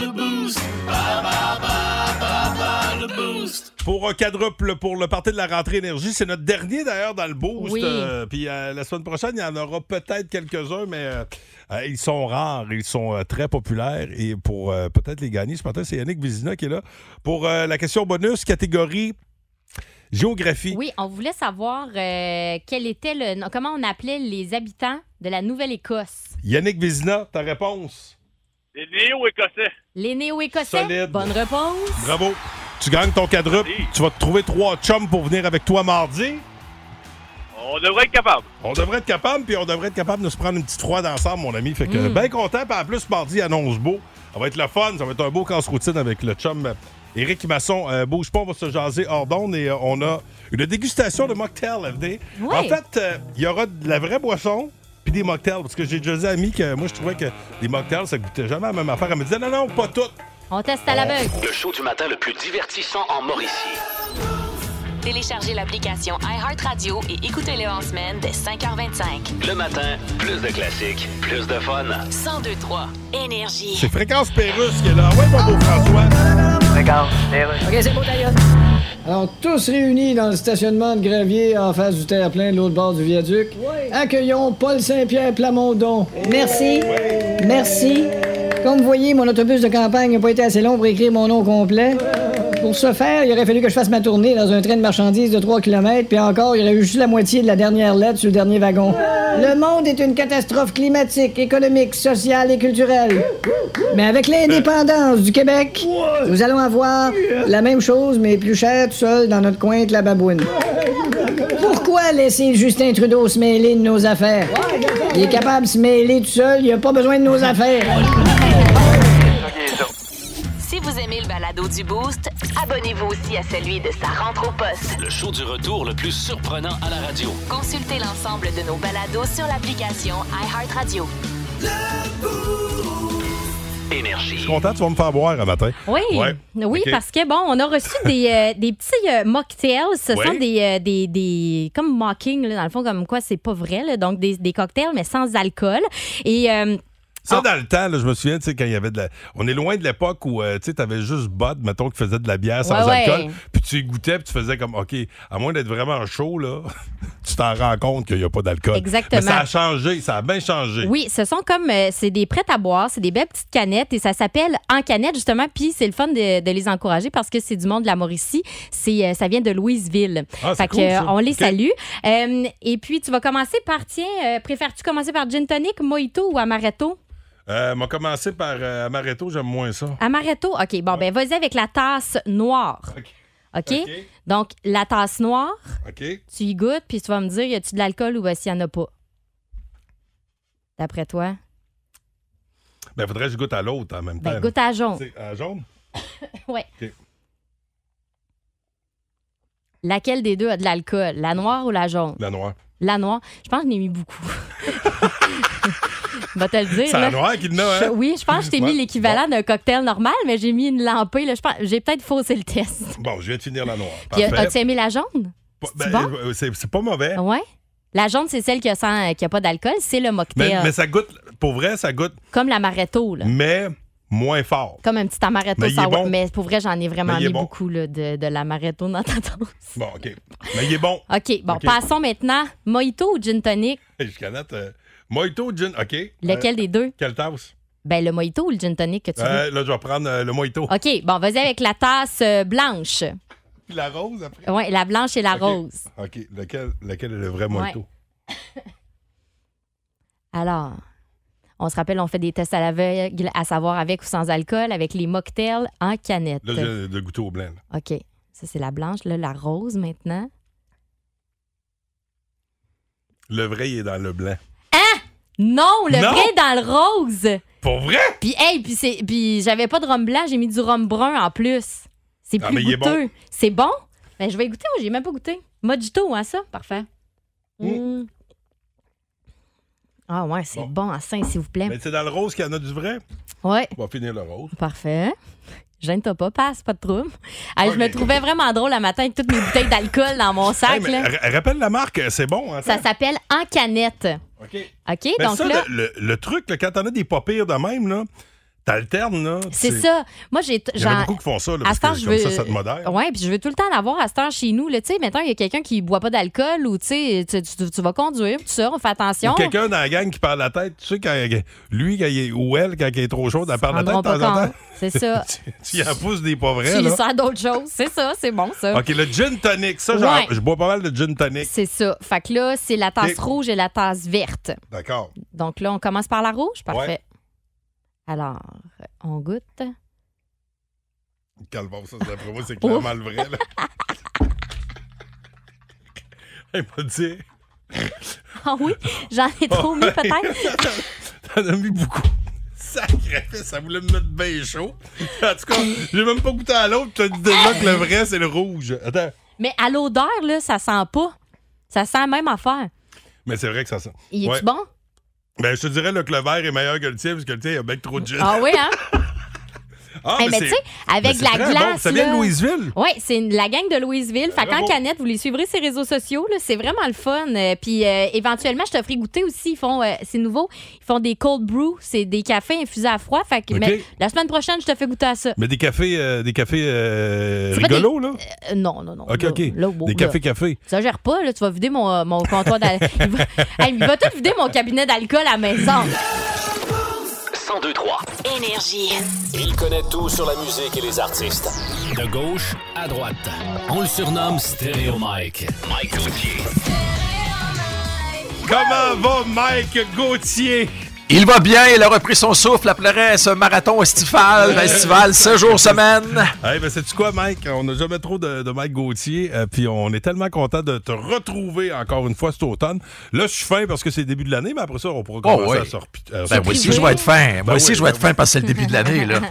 Speaker 2: le boost. le boost.
Speaker 3: Pour un quadruple pour le parti de la rentrée énergie. C'est notre dernier d'ailleurs dans le boost.
Speaker 2: Oui.
Speaker 3: Euh, puis euh, la semaine prochaine, il y en aura peut-être quelques-uns, mais euh, euh, ils sont rares, ils sont euh, très populaires. Et pour euh, peut-être les gagner ce matin, c'est Yannick Vizina qui est là. Pour euh, la question bonus, catégorie géographie.
Speaker 6: Oui, on voulait savoir euh, quel était le non, comment on appelait les habitants de la Nouvelle-Écosse.
Speaker 3: Yannick Vizina, ta réponse.
Speaker 12: Les néo-écossais.
Speaker 6: Les Néo-Écossais.
Speaker 3: Solide.
Speaker 6: Bonne réponse.
Speaker 3: Bravo. Tu gagnes ton quadruple. Tu vas te trouver trois chums pour venir avec toi mardi.
Speaker 12: On devrait être capable.
Speaker 3: On devrait être capable, puis on devrait être capable de se prendre une petite froide ensemble, mon ami. Fait que bien content, puis en plus, mardi annonce beau. Ça va être le fun, ça va être un beau casse-routine avec le chum euh, Éric Masson. Euh, bouge pas, on va se jaser hors d'onde et euh, on a une dégustation de mocktail, FD.
Speaker 2: Ouais.
Speaker 3: En fait, euh, il y aura de la vraie boisson puis des mocktails, parce que j'ai déjà dit à Ami que moi, je trouvais que les mocktails, ça goûtait jamais à la même affaire. Elle me disait, non, non, pas toutes.
Speaker 6: On teste à l'aveugle.
Speaker 2: Le show du matin le plus divertissant en Mauricie.
Speaker 1: Téléchargez l'application iHeartRadio et écoutez-le en semaine dès 5h25.
Speaker 2: Le matin, plus de classiques, plus de fun.
Speaker 1: 1023 Énergie.
Speaker 3: C'est Fréquence Pérusse qui est là. Ouais, mon beau François.
Speaker 5: Fréquence
Speaker 4: OK, c'est bon, d'ailleurs. Alors, tous réunis dans le stationnement de Gravier en face du terre-plein de l'autre bord du viaduc, accueillons Paul Saint-Pierre Plamondon. Merci. Merci. Comme vous voyez, mon autobus de campagne n'a pas été assez long pour écrire mon nom complet. Pour ce faire, il aurait fallu que je fasse ma tournée dans un train de marchandises de 3 km, puis encore, il y aurait eu juste la moitié de la dernière lettre sur le dernier wagon. Le monde est une catastrophe climatique, économique, sociale et culturelle. Mais avec l'indépendance du Québec, nous allons avoir la même chose, mais plus cher tout seul dans notre coin de la baboune. Pourquoi laisser Justin Trudeau se mêler de nos affaires? Il est capable de se mêler tout seul, il a pas besoin de nos affaires.
Speaker 1: Si vous aimez le balado du Boost, abonnez-vous aussi à celui de sa rentre au poste.
Speaker 2: Le show du retour le plus surprenant à la radio.
Speaker 1: Consultez l'ensemble de nos balados sur l'application iHeartRadio.
Speaker 2: Énergie.
Speaker 3: Je suis content, tu vas me faire boire un matin.
Speaker 6: Oui,
Speaker 3: Ouais.
Speaker 6: oui
Speaker 3: Ok.
Speaker 6: parce que, bon, on a reçu des, euh, des petits euh, mocktails. Ce
Speaker 3: Ouais.
Speaker 6: sont des, euh, des, des- comme mocking, là, dans le fond, comme quoi c'est pas vrai. là. donc, des, des cocktails, mais sans alcool. Et euh,
Speaker 3: Ça, dans le temps, là, je me souviens, tu sais, quand il y avait de la. On est loin de l'époque où, euh, tu sais, t'avais juste Bud, mettons, qui faisait de la bière sans
Speaker 6: Ouais, ouais.
Speaker 3: alcool, puis tu y goûtais, puis tu faisais comme, OK, à moins d'être vraiment chaud, là, tu t'en rends compte qu'il n'y a pas d'alcool.
Speaker 6: Exactement.
Speaker 3: Mais ça a changé, ça a bien changé.
Speaker 6: Oui, ce sont comme euh, c'est des prêts à boire, c'est des belles petites canettes et ça s'appelle en canette justement. Puis c'est le fun de, de les encourager parce que c'est du monde de la Mauricie. C'est euh, ça vient de Louisville.
Speaker 13: Ah, c'est
Speaker 6: Fait
Speaker 13: cool,
Speaker 6: que, euh,
Speaker 13: ça.
Speaker 6: on les
Speaker 13: Ok.
Speaker 6: salue. Euh, et puis tu vas commencer par tiens, euh, préfères-tu commencer par gin tonic, mojito ou amaretto?
Speaker 3: Euh, m'a commencé par euh, Amaretto, j'aime moins ça.
Speaker 6: Amaretto, ok. Bon ben vas-y avec la tasse noire. OK? Donc la tasse noire,
Speaker 3: OK?
Speaker 6: tu y goûtes puis tu vas me dire y a-tu de l'alcool ou euh, s'il y en a pas. D'après toi?
Speaker 3: Ben, faudrait que je goûte à l'autre en même
Speaker 6: Ben,
Speaker 3: temps.
Speaker 6: goûte à jaune.
Speaker 3: C'est- À jaune?
Speaker 6: Ouais.
Speaker 3: OK.
Speaker 6: Laquelle des deux a de l'alcool? La noire ou la jaune?
Speaker 3: La noire.
Speaker 6: La noire. Je pense que je n'ai mis beaucoup. Va te le dire.
Speaker 3: C'est la
Speaker 6: là.
Speaker 3: noire qu'il y en a, hein?
Speaker 6: Je- Oui, je pense que je t'ai
Speaker 3: Ouais.
Speaker 6: mis l'équivalent d'un cocktail normal, mais j'ai mis une lampée. là. Je pense- J'ai peut-être faussé le test.
Speaker 3: Bon, je viens de finir la noire.
Speaker 6: Puis,
Speaker 3: Parfait.
Speaker 6: as-tu aimé la jaune?
Speaker 3: Ben, euh, c'est c'est pas mauvais.
Speaker 6: Ouais. La jaune, c'est celle qui a, sans- qui a pas d'alcool. C'est le
Speaker 3: Mais,
Speaker 6: mocktail.
Speaker 3: mais ça goûte, pour vrai, ça goûte,
Speaker 6: Comme l'amaretto, là.
Speaker 3: mais moins fort.
Speaker 6: Comme un petit amaretto
Speaker 3: Mais il est
Speaker 6: sour.
Speaker 3: bon.
Speaker 6: Mais pour vrai, j'en ai vraiment
Speaker 3: Mais il est
Speaker 6: mis
Speaker 3: bon.
Speaker 6: beaucoup là, de, de l'amaretto dans ta tasse.
Speaker 3: Bon, OK. Mais il est bon.
Speaker 6: OK, bon,
Speaker 3: OK.
Speaker 6: passons maintenant. Mojito ou gin tonic?
Speaker 3: Jusqu'à date, euh, mojito, gin, OK. Euh,
Speaker 6: Lequel des deux?
Speaker 3: Quelle tasse?
Speaker 6: Ben, le mojito ou le gin tonic que tu veux? Ah.
Speaker 3: Euh, là, je vais prendre euh, le mojito.
Speaker 6: OK, bon, vas-y avec la tasse euh, blanche.
Speaker 3: Puis la rose après?
Speaker 6: Oui, la blanche et la
Speaker 3: OK.
Speaker 6: rose.
Speaker 3: OK. Lequel, lequel est le vrai mojito?
Speaker 6: Ah. Ouais. Alors, on se rappelle, on fait des tests à l'aveugle, à savoir avec ou sans alcool, avec les mocktails en canette.
Speaker 3: Là, j'ai de goûter au blend.
Speaker 6: OK, ça, c'est la blanche. Là, la rose maintenant.
Speaker 3: Le vrai, il est dans le blanc.
Speaker 6: Non, le
Speaker 3: Non!
Speaker 6: vrai est dans le rose.
Speaker 3: Pour vrai?
Speaker 6: Puis, hey, puis, c'est- puis j'avais pas de rhum blanc, j'ai mis du rhum brun en plus. C'est
Speaker 3: Ah,
Speaker 6: plus
Speaker 3: mais il est bon.
Speaker 6: goûteux. C'est bon? Ben, je vais goûter, moi, j'ai même pas goûté. Mojito, hein, ça? Parfait. Mm. Ah, ouais, c'est bon. en sein, s'il vous plaît.
Speaker 3: Mais c'est dans le rose qu'il y en a du vrai?
Speaker 6: Ouais.
Speaker 3: On va finir le rose.
Speaker 6: Parfait. Gêne-toi pas, passe, pas de trouble. Ah, Je
Speaker 3: Ok.
Speaker 6: me trouvais vraiment drôle le matin avec toutes mes bouteilles d'alcool dans mon sac.
Speaker 3: Hey, mais euh,
Speaker 6: là.
Speaker 3: ra- rappelle la marque, c'est bon. hein,
Speaker 6: Ça s'appelle En Canette.
Speaker 3: OK.
Speaker 6: OK,
Speaker 3: Mais
Speaker 6: donc
Speaker 3: ça,
Speaker 6: là.
Speaker 3: le, le- le truc, là, quand t'en as des pas pires de même, là, t'alternes, là.
Speaker 6: C'est ça. Moi, j'ai.
Speaker 3: Il y en a
Speaker 6: j'en-
Speaker 3: beaucoup qui font ça, là,
Speaker 6: à
Speaker 3: parce
Speaker 6: cette heure,
Speaker 3: que
Speaker 6: je
Speaker 3: comme
Speaker 6: veux-
Speaker 3: ça, ça te modère.
Speaker 6: Ouais, puis je veux tout le temps l'avoir à cette heure chez nous. là. Tu sais, mettons, il y a quelqu'un qui boit pas d'alcool ou tu sais, tu, tu- tu vas conduire, tout ça, on fait attention.
Speaker 3: Ou quelqu'un dans la gang qui perd la tête, tu sais, quand, lui quand il est, ou elle, quand il est trop chaud, elle perd la tête de
Speaker 6: rendront
Speaker 3: temps
Speaker 6: pas
Speaker 3: en
Speaker 6: compte.
Speaker 3: temps.
Speaker 6: C'est ça.
Speaker 3: tu, tu en pousses des pas vrais,
Speaker 6: Tu lui
Speaker 3: là.
Speaker 6: sers d'autres choses. C'est ça, c'est bon, ça.
Speaker 3: OK, le gin tonic, ça, genre,
Speaker 6: Ouais.
Speaker 3: je bois pas mal de gin tonic.
Speaker 6: C'est ça. Fait que là, c'est la tasse
Speaker 3: Et-
Speaker 6: rouge et la tasse verte.
Speaker 3: D'accord.
Speaker 6: Donc là, on commence par la rouge. Parfait.
Speaker 3: Ouais.
Speaker 6: Alors, on goûte.
Speaker 3: Calvaire, ça, c'est d'après moi, c'est clairement le vrai, là. Elle m'a dit,
Speaker 6: Ah oui, j'en ai trop mis peut-être.
Speaker 3: t'en as mis beaucoup. Sacré, ça voulait me mettre bien chaud. En tout cas, j'ai même pas goûté à l'autre, tu as dit déjà que le vrai, c'est le rouge. Attends,
Speaker 6: Mais à l'odeur, là, ça sent pas. Ça sent la même affaire.
Speaker 3: mais c'est vrai que ça sent.
Speaker 6: Il est-tu
Speaker 3: Ouais.
Speaker 6: bon?
Speaker 3: Ben, je te dirais là, que le vert est meilleur que le tien, parce que le tien, il y a bien que trop de gin.
Speaker 6: Ah oui, hein?
Speaker 3: Ah,
Speaker 6: Eh, mais
Speaker 3: c'est-
Speaker 6: tu sais,
Speaker 3: mais
Speaker 6: avec
Speaker 3: c'est
Speaker 6: la
Speaker 3: très
Speaker 6: glace.
Speaker 3: bon. Ça vient de
Speaker 6: là-
Speaker 3: Louisville.
Speaker 6: Oui, c'est une- la gang de Louisville. Fait qu'en
Speaker 3: Bravo.
Speaker 6: canette, vous les suivrez ses réseaux sociaux. là, C'est vraiment le fun. Euh, Puis euh, éventuellement, je te ferai goûter aussi. Ils font, euh, c'est nouveau, ils font des cold brew. C'est des cafés infusés à froid. Fait que
Speaker 3: OK.
Speaker 6: mais la semaine prochaine, je te fais goûter à ça.
Speaker 3: Mais des cafés, euh, des cafés euh,
Speaker 6: C'est pas des-
Speaker 3: rigolos, là.
Speaker 6: Euh, non, non, non.
Speaker 3: OK,
Speaker 6: là,
Speaker 3: OK.
Speaker 6: là, wow,
Speaker 3: des
Speaker 6: là.
Speaker 3: cafés-cafés.
Speaker 6: Ça gère pas, là, tu vas vider mon, euh, mon comptoir d'alcool. il, va... Hey, il va tout vider mon cabinet d'alcool à la maison.
Speaker 2: 1023.
Speaker 1: Énergie.
Speaker 2: Il connaît tout sur la musique et les artistes. De gauche à droite. On le surnomme Stéréo Mike. Mike Gauthier.
Speaker 3: Comment va Mike Gauthier?
Speaker 16: Il va bien, il a repris son souffle après ce marathon estival, festival, 7 jours semaine.
Speaker 3: Eh ben, sais-tu quoi, Mike? On n'a jamais trop de, de Mike Gauthier. euh, Puis on est tellement content de te retrouver encore une fois cet automne. Là, je suis fin parce que c'est le début de l'année, mais après ça, on pourra commencer
Speaker 16: oui.
Speaker 3: à se repi- à se
Speaker 16: Oh, Ben, moi aussi,
Speaker 3: repriver.
Speaker 16: je vais être fin. Moi
Speaker 3: Ben
Speaker 16: aussi,
Speaker 3: oui,
Speaker 16: je vais
Speaker 3: ben
Speaker 16: être fin parce que c'est le début de l'année, là.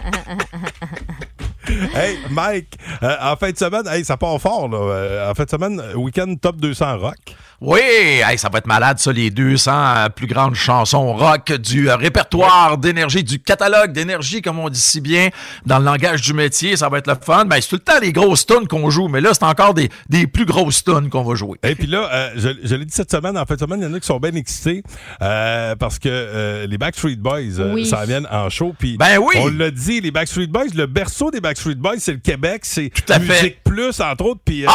Speaker 3: Hey, Mike, euh, en fin de semaine, hey, ça part fort, là. Euh, En fin de semaine, week-end top 200 rock.
Speaker 16: Oui, hey, ça va être malade, ça, les 200 plus grandes chansons rock du euh, répertoire d'énergie, du catalogue d'énergie, comme on dit si bien dans le langage du métier. Ça va être le fun. Ben, c'est tout le temps les grosses tunes qu'on joue, mais là, c'est encore des, des plus grosses tunes qu'on va jouer.
Speaker 3: Et puis là, euh, je, je l'ai dit cette semaine, en fin de semaine, il y en a qui sont bien excités euh, parce que euh, les Backstreet Boys euh,
Speaker 16: Oui.
Speaker 3: s'en viennent en show. Puis
Speaker 16: Ben oui!
Speaker 3: on l'a dit, les Backstreet Boys, le berceau des Backstreet Boys, c'est le Québec, c'est
Speaker 16: à fait. Ah!
Speaker 3: Musique Plus, entre autres. Puis euh,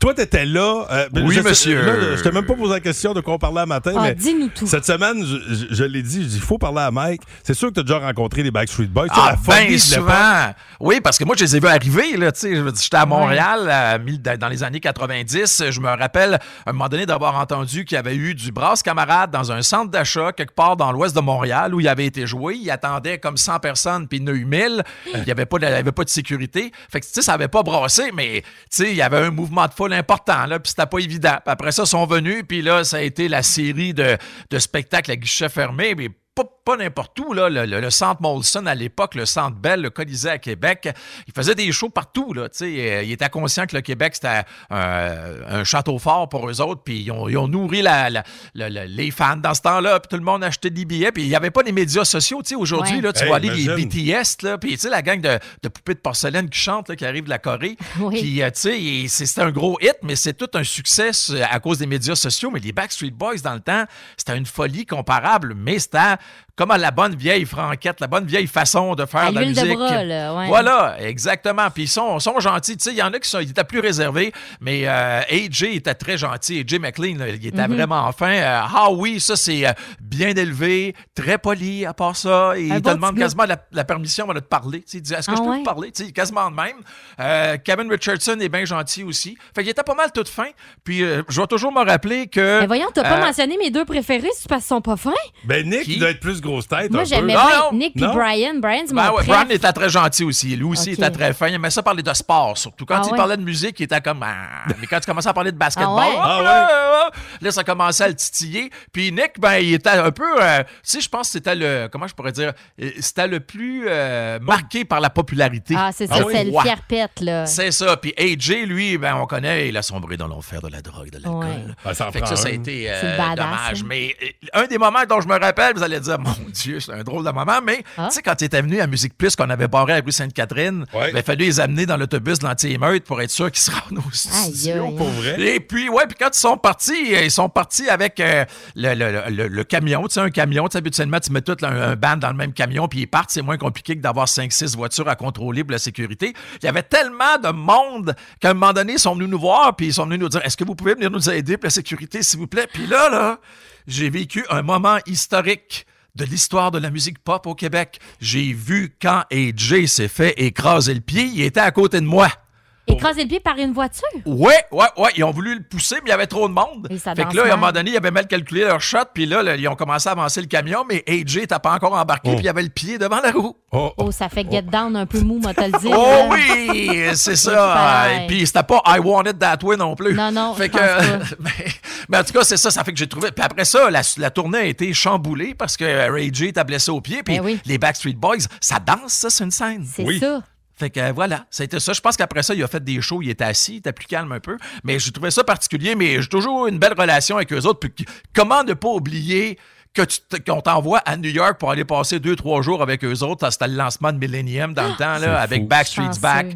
Speaker 3: toi, t'étais là. euh, ben,
Speaker 16: Oui,
Speaker 3: je sais-
Speaker 16: monsieur.
Speaker 3: là, je t'ai même pas posé la question de quoi on parlait à matin.
Speaker 6: Ah,
Speaker 3: mais
Speaker 6: dis-nous tout.
Speaker 3: Cette semaine, je, je- je l'ai dit, je dis, il faut parler à Mike. C'est sûr que t'as déjà rencontré les Backstreet Boys. Tu sais,
Speaker 16: Ah,
Speaker 3: la folie de
Speaker 16: ben
Speaker 3: l'époque.
Speaker 16: souvent. Oui, parce que moi, je les ai vus arriver. Là, tu sais. Je veux dire, J'étais à Montréal à mille- dans les années 90. Je me rappelle, à un moment donné, d'avoir entendu qu'il y avait eu du brasse camarade dans un centre d'achat quelque part dans l'ouest de Montréal où il avait été joué. Il attendait comme 100 personnes, puis il y en a eu 1000. Il n'y avait, pas de- il y avait pas de sécurité. Fait que, tu sais, ça n'avait pas brassé, mais tu sais, il y avait un mouvement de foule important, là, puis c'était pas évident. Puis après ça, ils sont venus, puis là, ça a été la série de, de spectacles à guichet fermé, mais pas, pas n'importe où, là, le, le- le centre Molson à l'époque, le centre Bell, le Colisée à Québec, il faisait des shows partout. Là, tu sais. Euh, il était conscient que le Québec, c'était euh, un château fort pour eux autres, puis ils ont, ils ont nourri la- la- la- la- les fans dans ce temps-là, puis tout le monde achetait des billets, puis il n'y avait pas les médias sociaux. tu sais, Aujourd'hui,
Speaker 13: Ouais.
Speaker 16: là, tu
Speaker 13: Hey,
Speaker 16: vois aller les
Speaker 13: imagine.
Speaker 16: BTS, là, puis tu sais, la gang de, de poupées de porcelaine qui chantent, là, qui arrivent de la Corée. Puis, euh, tu sais, et c'est- c'était un gros hit, mais c'est tout un succès euh, à cause des médias sociaux. Mais les Backstreet Boys, dans le temps, c'était une folie comparable, mais c'était comme à la bonne vieille franquette, la bonne vieille façon de faire
Speaker 6: À
Speaker 16: de la
Speaker 6: l'huile de
Speaker 16: musique.
Speaker 6: bras, là, ouais.
Speaker 16: Voilà, exactement. Puis ils sont, sont gentils. Tu sais, il y en a qui sont, ils étaient plus réservés, mais euh, AJ était très gentil. AJ McLean, là, il était
Speaker 6: Mhm.
Speaker 16: vraiment fin. Euh, ah oui, ça, c'est euh, bien élevé, très poli à part ça. Et
Speaker 6: Un
Speaker 16: il te
Speaker 6: bon
Speaker 16: demande
Speaker 6: petit gars.
Speaker 16: quasiment la, la permission avant de te parler. Tu sais, il dit, est-ce que
Speaker 6: Ah
Speaker 16: je peux
Speaker 6: ouais?
Speaker 16: te parler? Tu sais, quasiment de même. Euh, Kevin Richardson est bien gentil aussi. Fait qu'il était pas mal tout fin. Puis euh, je vais toujours me rappeler que...
Speaker 6: Mais ben voyons, t'as pas
Speaker 16: euh,
Speaker 6: mentionné mes deux préférés, c'est parce qu'ils sont pas fins.
Speaker 3: Ben, Nick, il doit être plus grosse tête.
Speaker 6: Moi,
Speaker 3: un
Speaker 6: j'aimais
Speaker 3: peu.
Speaker 6: bien Nick puis Brian. Brian, c'est
Speaker 16: Ben
Speaker 6: mon
Speaker 16: ouais,
Speaker 6: préf.
Speaker 16: Brown était très gentil aussi. Lui aussi
Speaker 6: Ok.
Speaker 16: était très fin. Il aimait ça parler de sport, surtout. Quand
Speaker 6: Ah
Speaker 16: il
Speaker 6: ouais.
Speaker 16: parlait de musique, il était comme. Ah. Mais quand tu commençais à parler de basketball,
Speaker 6: Ah ouais?
Speaker 16: hop,
Speaker 6: Ah
Speaker 16: là, là, là, ça commençait à le titiller. Puis Nick, ben, il était un peu. euh, tu sais, je pense que c'était le. Comment je pourrais dire Euh, C'était le plus euh, marqué par la popularité.
Speaker 6: Ah, c'est ça,
Speaker 16: Ouais.
Speaker 6: c'est le
Speaker 16: Ouais.
Speaker 6: fier pète, là.
Speaker 16: C'est ça. Puis AJ, lui, ben, on connaît, il a sombré dans l'enfer de la drogue, de l'alcool. fait que
Speaker 3: Ben, prend
Speaker 16: ça, ça a
Speaker 3: un.
Speaker 16: été euh,
Speaker 6: C'est le badass,
Speaker 16: dommage.
Speaker 6: hein.
Speaker 16: Mais euh, un des moments dont je me rappelle, vous allez dire, mon Dieu, c'est un drôle de moment. Mais
Speaker 6: Ah.
Speaker 16: tu sais, quand tu étais venu à Musique Plus, qu'on avait barré à rue Sainte-Catherine, il a fallu les amener dans l'autobus de l'anti-émeute pour être sûr qu'ils se rendent au studio.
Speaker 3: aïe. Pour vrai?
Speaker 16: Et puis, ouais, puis quand ils sont partis, euh, ils sont partis avec euh, le, le- le- le camion. Tu sais, un camion, tu sais, habituellement, tu mets tout un, un band dans le même camion, puis ils partent. C'est moins compliqué que d'avoir 5-6 voitures à contrôler pour la sécurité. Il y avait tellement de monde qu'à un moment donné, ils sont venus nous voir, puis ils sont venus nous dire Est-ce que vous pouvez venir nous aider pour la sécurité, s'il vous plaît Puis là, là, j'ai vécu un moment historique de l'histoire de la musique pop au Québec. J'ai vu quand AJ s'est fait écraser le pied, il était à côté de moi.
Speaker 6: Écraser le pied par une voiture.
Speaker 16: Ouais, ouais, ouais. Ils ont voulu le pousser, mais il y avait trop de monde.
Speaker 6: ça
Speaker 16: fait
Speaker 6: danse
Speaker 16: que là, à un
Speaker 6: mal.
Speaker 16: moment donné, ils avaient mal calculé leur shot, puis là, là, ils ont commencé à avancer le camion, mais AJ n'était pas encore embarqué,
Speaker 6: Oh.
Speaker 16: puis il avait le pied devant la roue.
Speaker 6: Oh, ça fait get down un peu mou, moi, te le dire.
Speaker 16: Oh
Speaker 6: là.
Speaker 16: oui, c'est ça.
Speaker 6: pareil.
Speaker 16: Et puis c'était pas I want it that way non plus.
Speaker 6: Non, non,
Speaker 16: Fait
Speaker 6: je
Speaker 16: que,
Speaker 6: pense
Speaker 16: mais, mais en tout cas, c'est ça. Ça fait que j'ai trouvé. Puis après ça, la, la tournée a été chamboulée parce que Ray J t'a blessé au pied. Puis
Speaker 6: Ben
Speaker 16: les Backstreet Boys, ça danse, ça, c'est une scène.
Speaker 6: C'est Oui. ça.
Speaker 16: Fait que euh, voilà, c'était ça. Je pense qu'après ça, il a fait des shows, il était assis, il était plus calme un peu. Mais j'ai trouvé ça particulier, mais j'ai toujours eu une belle relation avec eux autres. Puis qui- comment ne pas oublier que tu te- qu'on t'envoie à New York pour aller passer deux, trois jours avec eux autres. C'était le lancement de Millennium dans le temps,
Speaker 13: Ah! C'est
Speaker 16: là, avec
Speaker 13: fou.
Speaker 16: Backstreet's
Speaker 13: Chanceux.
Speaker 16: Back.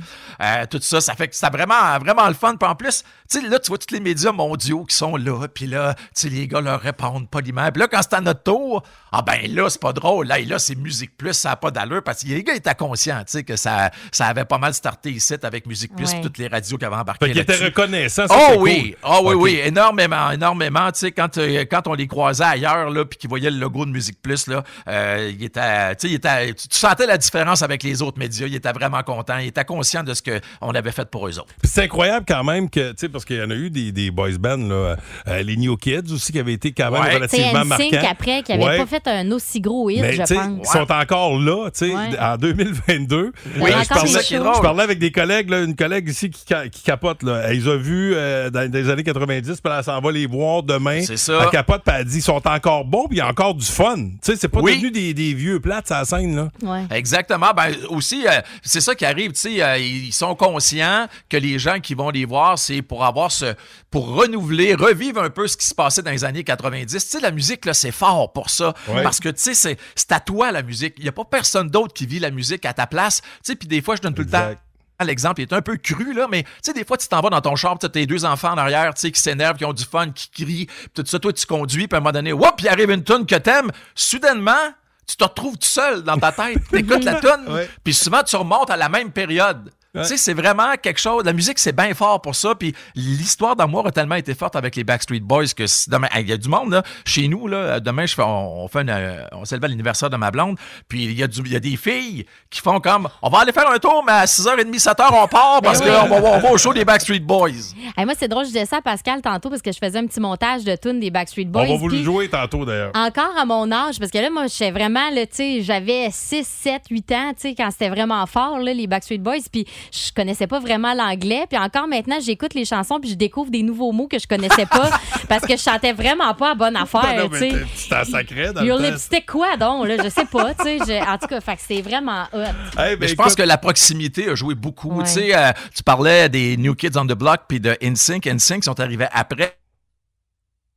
Speaker 16: Euh, tout ça, ça fait que c'était vraiment, vraiment le fun. Puis en plus, tu sais, là, tu vois tous les médias mondiaux qui sont là, puis là, tu sais, les gars leur répondent poliment. Puis là, quand c'est à notre tour, ah ben là, c'est pas drôle. Là, et là c'est Musique Plus, ça n'a pas d'allure, parce que les gars étaient conscients, tu sais, que ça, ça avait pas mal starté ici avec Musique Plus,
Speaker 3: Ouais.
Speaker 16: toutes les radios qui avaient embarqué
Speaker 3: Fait qu'il était
Speaker 16: là-dessus.
Speaker 3: reconnaissant. ça,
Speaker 16: Oh
Speaker 3: c'est
Speaker 16: oui,
Speaker 3: cool.
Speaker 16: Ah oui,
Speaker 3: Ok.
Speaker 16: oui, énormément, énormément. Tu sais, quand, euh, quand on les croisait ailleurs, là, puis qu'ils voyaient le logo de Musique Plus, là, euh, il était, tu sais, il était, tu tu sentais la différence avec les autres médias. Il était vraiment content. Il était conscient de ce qu'on avait fait pour eux autres.
Speaker 3: Puis c'est incroyable quand même que, tu sais, parce qu'il y en a eu des, des boys bands, là, euh, les New Kids aussi, qui avaient été quand même
Speaker 16: Ouais.
Speaker 6: C'est
Speaker 3: relativement
Speaker 6: NSYNC
Speaker 3: marquants.
Speaker 6: après qui avait
Speaker 3: Ouais.
Speaker 6: pas fait un aussi gros hit,
Speaker 3: Mais,
Speaker 6: je
Speaker 3: tu sais,
Speaker 6: pense.
Speaker 3: Ils sont encore là, tu sais,
Speaker 6: Ouais.
Speaker 3: en 2022.
Speaker 6: Il y a
Speaker 3: Euh, je,
Speaker 6: encore
Speaker 3: parlais,
Speaker 6: des choses.
Speaker 3: je parlais avec des collègues, là, une collègue ici qui, ca- qui capote. Là. Elle les a vus euh, dans, dans les années 90, puis elle s'en va les voir demain.
Speaker 16: C'est ça.
Speaker 3: Elle capote, puis elle dit ils sont encore bons, puis puis il y a encore du fun. Tu sais, c'est pas
Speaker 16: Oui.
Speaker 3: devenu des, des vieux plates à la scène, là.
Speaker 16: Exactement. Ben, aussi, euh, c'est ça qui arrive. tu sais, euh, ils sont conscients que les gens qui vont les voir, c'est pour avoir ce. pour renouveler, revivre un peu ce qui se passait dans les années 90. Tu sais, la musique, là, c'est fort pour ça.
Speaker 13: Ouais.
Speaker 16: Parce que, tu sais, c'est- c'est à toi la musique. Il n'y a pas personne d'autre qui vit la musique à ta place. Tu sais, puis des fois, je donne tout le temps. L'exemple il est un peu cru, là, mais tu sais, des fois, tu t'en vas dans ton char, tu as tes deux enfants en arrière, tu sais, qui s'énervent, qui ont du fun, qui crient, puis tout ça, toi, tu conduis, puis à un moment donné, whoop, il arrive une tune que t'aimes. Soudainement, tu te retrouves tout seul dans ta tête. T'écoutes la tonne, puis souvent tu remontes à la même période.
Speaker 13: Ouais.
Speaker 16: Tu sais, c'est vraiment quelque chose. La musique, c'est bien fort pour ça. Puis l'histoire d'amour a tellement été forte avec les Backstreet Boys que si demain, il y a du monde, là. Chez nous, là, demain, je fais, on, on fait une, euh, on célèbre l'anniversaire de ma blonde. Puis il y, a du- il y a des filles qui font comme, on va aller faire un tour, mais à 6h30, 7h, on part parce
Speaker 6: Ben
Speaker 16: qu'on
Speaker 6: oui.
Speaker 16: va, on va au show des Backstreet Boys.
Speaker 6: Hey, moi, c'est drôle, je disais ça à Pascal tantôt parce que je faisais un petit montage de tunes des Backstreet Boys. Ah.
Speaker 3: On va vous le
Speaker 6: puis
Speaker 3: jouer tantôt, d'ailleurs.
Speaker 6: Encore à mon âge, parce que là, moi, j'étais vraiment, là, tu sais, j'avais 6, 7, 8 ans, tu sais, quand c'était vraiment fort, là, les Backstreet Boys, puis je connaissais pas vraiment l'anglais, puis encore maintenant, j'écoute les chansons, puis je découvre des nouveaux mots que je connaissais pas, parce que je chantais vraiment pas à bonne affaire,
Speaker 3: Ben Non,
Speaker 6: tu
Speaker 3: mais
Speaker 6: sais.
Speaker 3: t'es- C'était un sacré dans
Speaker 6: Your
Speaker 3: le temps.
Speaker 6: lipstick quoi donc, là, je sais pas, tu sais, je- en tout cas, fait que c'est vraiment hot.
Speaker 3: Hey, ben,
Speaker 16: Mais je pense que la proximité a joué beaucoup.
Speaker 6: Ouais.
Speaker 16: Tu sais, euh, tu parlais des New Kids on the Block puis de NSYNC. NSYNC sont arrivés après.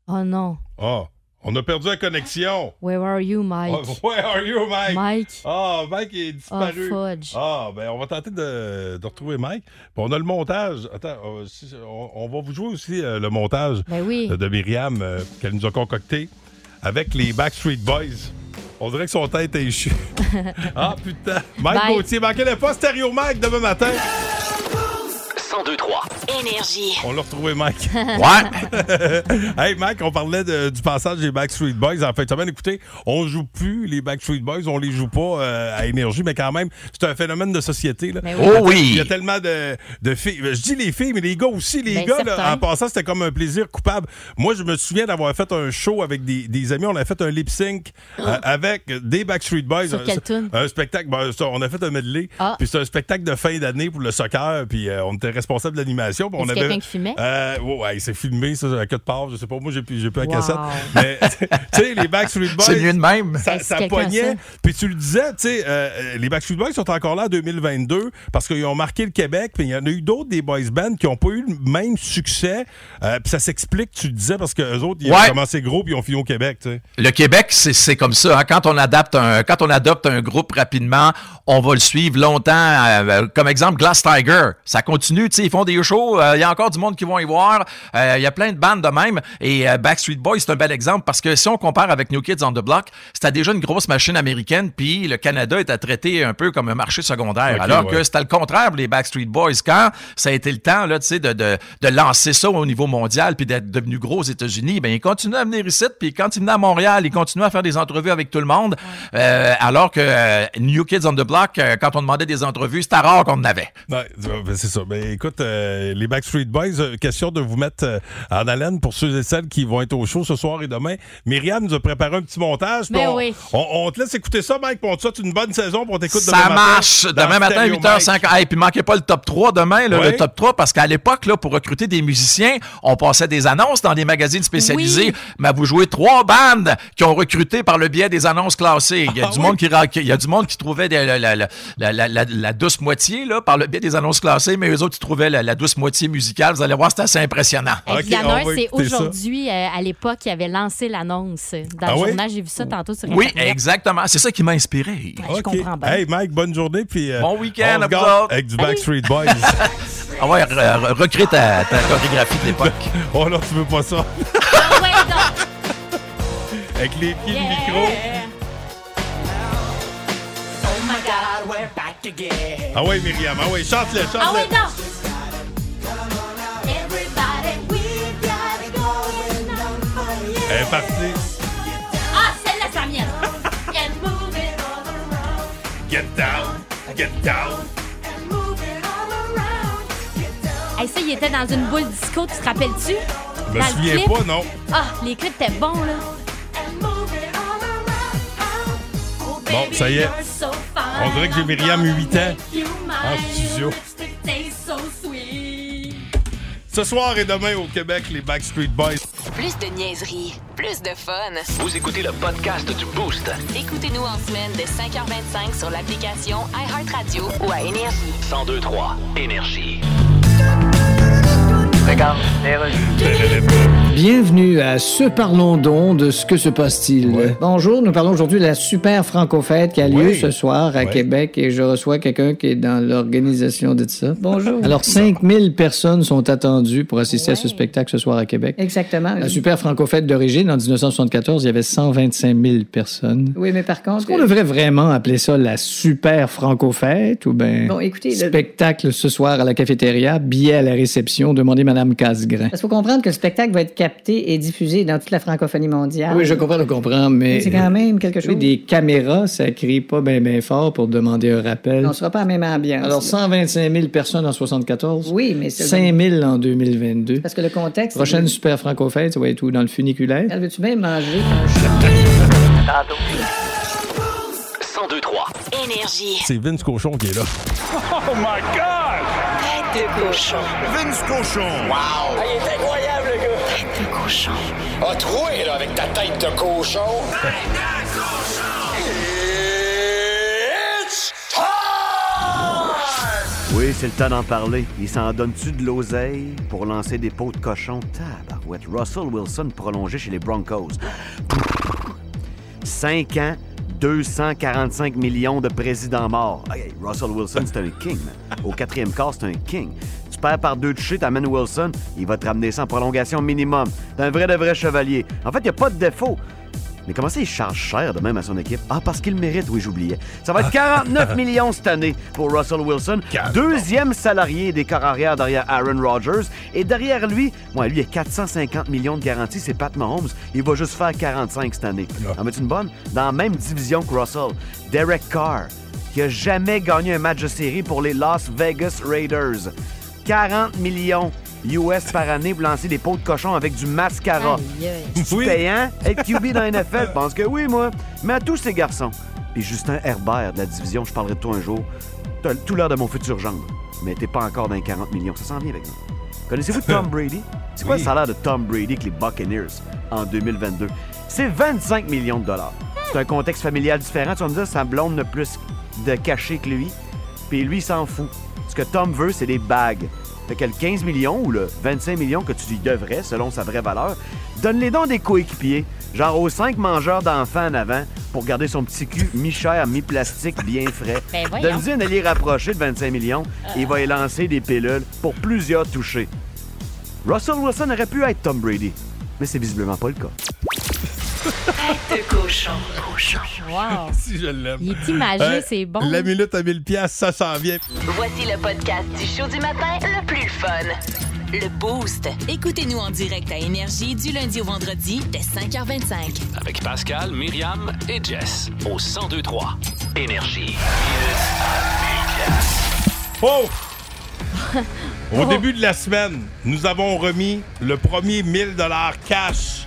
Speaker 6: Oh non,
Speaker 3: Ah, on a perdu la connexion.
Speaker 6: where are you, Ah, Mike?
Speaker 3: Oh, Where are you, Mike?
Speaker 6: Mike.
Speaker 3: Ah, Mike est disparu.
Speaker 6: Ah, fudge.
Speaker 3: Ah, ben, on va tenter de, de retrouver Mike. Puis on a le montage. Attends, euh, si- on, on va vous jouer aussi euh, le montage
Speaker 6: Ben oui.
Speaker 3: de, de Myriam euh, qu'elle nous a concocté avec les Backstreet Boys. On dirait que son tête est échue. ah, putain. Mike
Speaker 1: Bye.
Speaker 3: Gauthier, manquez-le pas, Stéréo Mike, demain matin.
Speaker 1: 1023 Énergie.
Speaker 3: On l'a retrouvé, Mike.
Speaker 1: Ouais.
Speaker 3: hey, Mike, on parlait de- du passage des Backstreet Boys en fin de semaine. Écoutez, on joue plus les Backstreet Boys, on les joue pas euh, à énergie, mais quand même, c'est un phénomène de société. Là.
Speaker 13: Mais oui. Oh oui.
Speaker 3: Il y a tellement de, de filles. Je dis les filles, mais les gars aussi. Les
Speaker 13: Ben,
Speaker 3: gars, là,
Speaker 13: certain.
Speaker 3: en passant, c'était comme un plaisir coupable. Moi, je me souviens d'avoir fait un show avec des, des amis. On a fait un lip sync euh, avec des Backstreet Boys.
Speaker 6: Ah. Sur
Speaker 3: Un-
Speaker 6: quelle tune?
Speaker 3: un spectacle, ben, ça, on a fait un medley,
Speaker 6: Ah.
Speaker 3: puis c'est un spectacle de fin d'année pour le soccer, puis euh, on était responsable de l'animation. puis on
Speaker 6: Est-ce
Speaker 3: avait
Speaker 6: quelqu'un qui filmait?
Speaker 3: Euh, ouais, ouais, il s'est filmé, ça, à queue de part, je sais pas, moi j'ai plus, j'ai plus la
Speaker 6: Wow.
Speaker 3: cassette. Mais, tu sais, les Backstreet Boys.
Speaker 16: C'est mieux de même.
Speaker 3: Ça,
Speaker 16: Est-ce
Speaker 3: ça
Speaker 16: quelqu'un
Speaker 3: pognait,
Speaker 16: sait?
Speaker 3: puis tu le disais, tu sais, euh, les Backstreet Boys sont encore là en 2022 parce qu'ils ont marqué le Québec, puis il y en a eu d'autres des boys bands qui n'ont pas eu le même succès, euh, puis ça s'explique, tu le disais, parce qu'eux autres, ils ont
Speaker 16: Ouais.
Speaker 3: commencé gros, puis ils ont fini au Québec, tu sais.
Speaker 16: Le Québec, c'est- c'est comme ça. hein. Quand, on adapte un, quand on adopte un groupe rapidement, on va le suivre longtemps. Euh, comme exemple, Glass Tiger. Ça continue. tu sais, Ils font des shows. euh, Il y a encore du monde qui vont y voir. Euh, Il y a plein de bandes de même. Et euh, Backstreet Boys, c'est un bel exemple parce que si on compare avec New Kids on the Block, c'était déjà une grosse machine américaine. Puis le Canada était traité un peu comme un marché secondaire.
Speaker 13: Ok,
Speaker 16: alors
Speaker 13: ouais.
Speaker 16: que c'était le contraire pour les Backstreet Boys. Quand ça a été le temps là, tu sais, de, de, de lancer ça au niveau mondial puis d'être devenu gros aux États-Unis, ben, ils continuaient à venir ici. Puis quand ils venaient à Montréal, ils continuaient à faire des entrevues avec tout le monde. Euh, alors que euh, New Kids on the Block, euh, quand on demandait des entrevues, c'était rare qu'on en avait.
Speaker 3: Ouais, ben, c'est ça. Ben, écoute, euh, les Backstreet Boys, euh, question de vous mettre euh, en haleine pour ceux et celles qui vont être au show ce soir et demain. Myriam nous a préparé un petit montage. puis
Speaker 13: Ben
Speaker 3: on,
Speaker 13: oui.
Speaker 3: on, on te laisse écouter ça, Mike, pour on te souhaite une bonne saison, pour on t'écoute demain
Speaker 16: ça
Speaker 3: matin.
Speaker 16: marche.
Speaker 3: dans
Speaker 16: Demain matin,
Speaker 3: Stereo
Speaker 16: 8h50. Et puis, manquez pas le top 3 demain, là,
Speaker 3: Ouais.
Speaker 16: le top 3, parce qu'à l'époque, là, pour recruter des musiciens, on passait des annonces dans des magazines spécialisés.
Speaker 13: Oui.
Speaker 16: Mais vous jouez trois bandes qui ont recruté par le biais des annonces classées.
Speaker 3: Ah
Speaker 16: Il y a, du, monde qui, ra- il y a du monde qui trouvait des- la, la- la- la- la- la- la douce moitié là, par le biais des annonces classées, mais eux autres, ils trouvaient la, la douce moitié musicale. Vous allez voir, c'est assez impressionnant.
Speaker 6: Et
Speaker 3: Ah,
Speaker 6: puis, il y en a un, c'est aujourd'hui, euh, à l'époque, il avait lancé l'annonce. Dans
Speaker 16: Ah
Speaker 6: le
Speaker 16: oui?
Speaker 6: journal, j'ai vu ça tantôt sur
Speaker 16: Oui,
Speaker 6: Internet.
Speaker 16: exactement. C'est ça qui m'a inspiré.
Speaker 3: OK. Hey, Mike, bonne journée. Puis, euh,
Speaker 16: Bon week-end
Speaker 3: on se
Speaker 16: à vous
Speaker 3: gâte
Speaker 16: autres.
Speaker 3: Avec du
Speaker 16: Salut.
Speaker 3: Backstreet Boys.
Speaker 16: Ah ouais, re- re- recrée ta, ta chorégraphie de l'époque.
Speaker 3: oh non, tu veux pas ça.
Speaker 6: Ah
Speaker 3: avec les pieds de micro.
Speaker 13: Oh my God, we're back again.
Speaker 3: Ah ouais, Myriam. Ah ouais, chante-le, chante-le.
Speaker 13: Ah ouais,
Speaker 6: non.
Speaker 13: Everybody, we got it going on for you.
Speaker 3: Elle est partie.
Speaker 6: Ah, celle-là, c'est la mienne.
Speaker 13: And move it all around,
Speaker 3: Get down, get down.
Speaker 13: move it all around.
Speaker 6: Hey, ça, il était dans une boule disco, tu te rappelles-tu?
Speaker 13: Je me
Speaker 6: Dans le
Speaker 13: souviens
Speaker 6: clip.
Speaker 13: pas, non.
Speaker 6: Ah, les clips étaient bons, là.
Speaker 3: Bon, ça y est. On dirait que j'ai Myriam 8 ans en studio. Ce soir et demain au Québec, les Backstreet Boys.
Speaker 1: Plus de niaiserie, plus de fun.
Speaker 2: Vous écoutez le podcast du Boost.
Speaker 1: Écoutez-nous en semaine de 5h25 sur l'application iHeartRadio ou à Énergie.
Speaker 2: 1023 Énergie.
Speaker 5: Regarde,
Speaker 4: Bienvenue à Ce Parlons donc de ce que se passe-t-il. Bonjour, nous parlons aujourd'hui de la super franco-fête qui a lieu
Speaker 17: Oui.
Speaker 4: ce soir à
Speaker 17: Ouais.
Speaker 4: Québec et je reçois quelqu'un qui est dans l'organisation de ça. Bonjour. Alors, 5000 personnes sont attendues pour assister à ce spectacle ce soir à Québec.
Speaker 17: Exactement.
Speaker 4: La Ah, super franco-fête d'origine, en 1974, il y avait 125 000 personnes.
Speaker 17: Oui, mais par contre.
Speaker 4: Est-ce qu'on devrait vraiment appeler ça la super franco-fête ou bien
Speaker 17: Bon, écoutez, le-
Speaker 4: spectacle ce soir à la cafétéria, billet à la réception, demandez Madame
Speaker 17: Parce
Speaker 4: Casgrain.
Speaker 17: qu'il faut comprendre que le spectacle va être capté et diffusé dans toute la francophonie mondiale.
Speaker 4: Ah Oui, je comprends, je comprends, mais...
Speaker 17: Mais c'est quand même quelque
Speaker 4: Oui,
Speaker 17: chose.
Speaker 4: des caméras, ça crie pas bien ben fort pour demander un rappel.
Speaker 17: On ne sera pas à la même ambiance.
Speaker 4: Alors, 125 000 personnes en 74.
Speaker 17: Oui, mais c'est-
Speaker 4: 5 000 en 2022.
Speaker 17: Parce que le contexte.
Speaker 4: Prochaine super franco-fête, ça va être où? Dans le funiculaire?
Speaker 17: Elle veut-tu bien manger?
Speaker 2: 1023
Speaker 1: Énergie.
Speaker 3: C'est Vince Cochon qui est là.
Speaker 13: Oh my God! Tête de cochon. Vince cochon. Wow! Ah, il est incroyable, le gars! Tête de cochon.
Speaker 2: A Ah, troué, là, avec ta tête de cochon.
Speaker 18: Oui, c'est le temps d'en parler. Il s'en donne-tu de l'oseille pour lancer des pots de cochon? Tabarouette. Russell Wilson prolongé chez les Broncos. 5 ans, 245 millions de présidents morts. Hey, hey, Russell Wilson, c'est un king, man. Au quatrième quart, c'est un king. Tu perds par deux touchés, t'amènes Wilson, il va te ramener ça en prolongation minimum. T'es un vrai de vrai chevalier. En fait, il a pas de défaut. Mais comment ça, il charge cher de même à son équipe? Ah, parce qu'il le mérite, oui, j'oubliais. Ça va être 49 millions cette année pour Russell Wilson. Deuxième salarié des corps arrière derrière Aaron Rodgers. Et derrière lui, ouais, lui, il y a 450 millions de garanties, c'est Pat Mahomes. Il va juste faire 45 cette année. En mets une bonne? Dans la même division que Russell, Derek Carr, qui a jamais gagné un match de série pour les Las Vegas Raiders. 40 millions US par année pour lancer des pots de cochon avec du mascara. C'est payant? Être QB dans la NFL? Je pense que oui, moi. Mais à tous ces garçons. Puis Justin Herbert de la division, je parlerai de toi un jour. T'as tout l'heure de mon futur gendre. Mais t'es pas encore dans les 40 millions. Ça s'en vient avec nous. Connaissez-vous Tom Brady? C'est quoi
Speaker 19: Oui.
Speaker 18: le salaire de Tom Brady avec les Buccaneers en 2022? C'est 25 millions de dollars. C'est un contexte familial différent. Tu vas me dire, sa blonde n'a plus de cachet que lui. Puis lui, il s'en fout. Ce que Tom veut, c'est des bagues. Fait que le 15 millions ou le 25 millions que tu lui devrais, selon sa vraie valeur, donne-les donc des coéquipiers, genre aux cinq mangeurs d'enfants en avant, pour garder son petit cul mi-cher, mi-plastique, bien frais.
Speaker 13: Ben voyons.
Speaker 18: Donne-lui un allié rapproché de 25 millions et il va y lancer des pilules pour plusieurs touchés. Russell Wilson aurait pu être Tom Brady, mais c'est visiblement pas le cas.
Speaker 1: Tête de cochon. Cochon.
Speaker 6: Wow.
Speaker 3: si je l'aime. Il est
Speaker 6: imagé, c'est bon.
Speaker 3: Euh, La minute à 1000 piastres, ça s'en vient.
Speaker 1: Voici le podcast du show du matin le plus fun. Le Boost. Écoutez-nous en direct à Énergie du lundi au vendredi dès 5h25.
Speaker 2: Avec Pascal, Myriam et Jess. Au 1023 Énergie.
Speaker 3: Oh!
Speaker 20: Oh.
Speaker 3: Au début de la semaine, nous avons remis le premier 1000 cash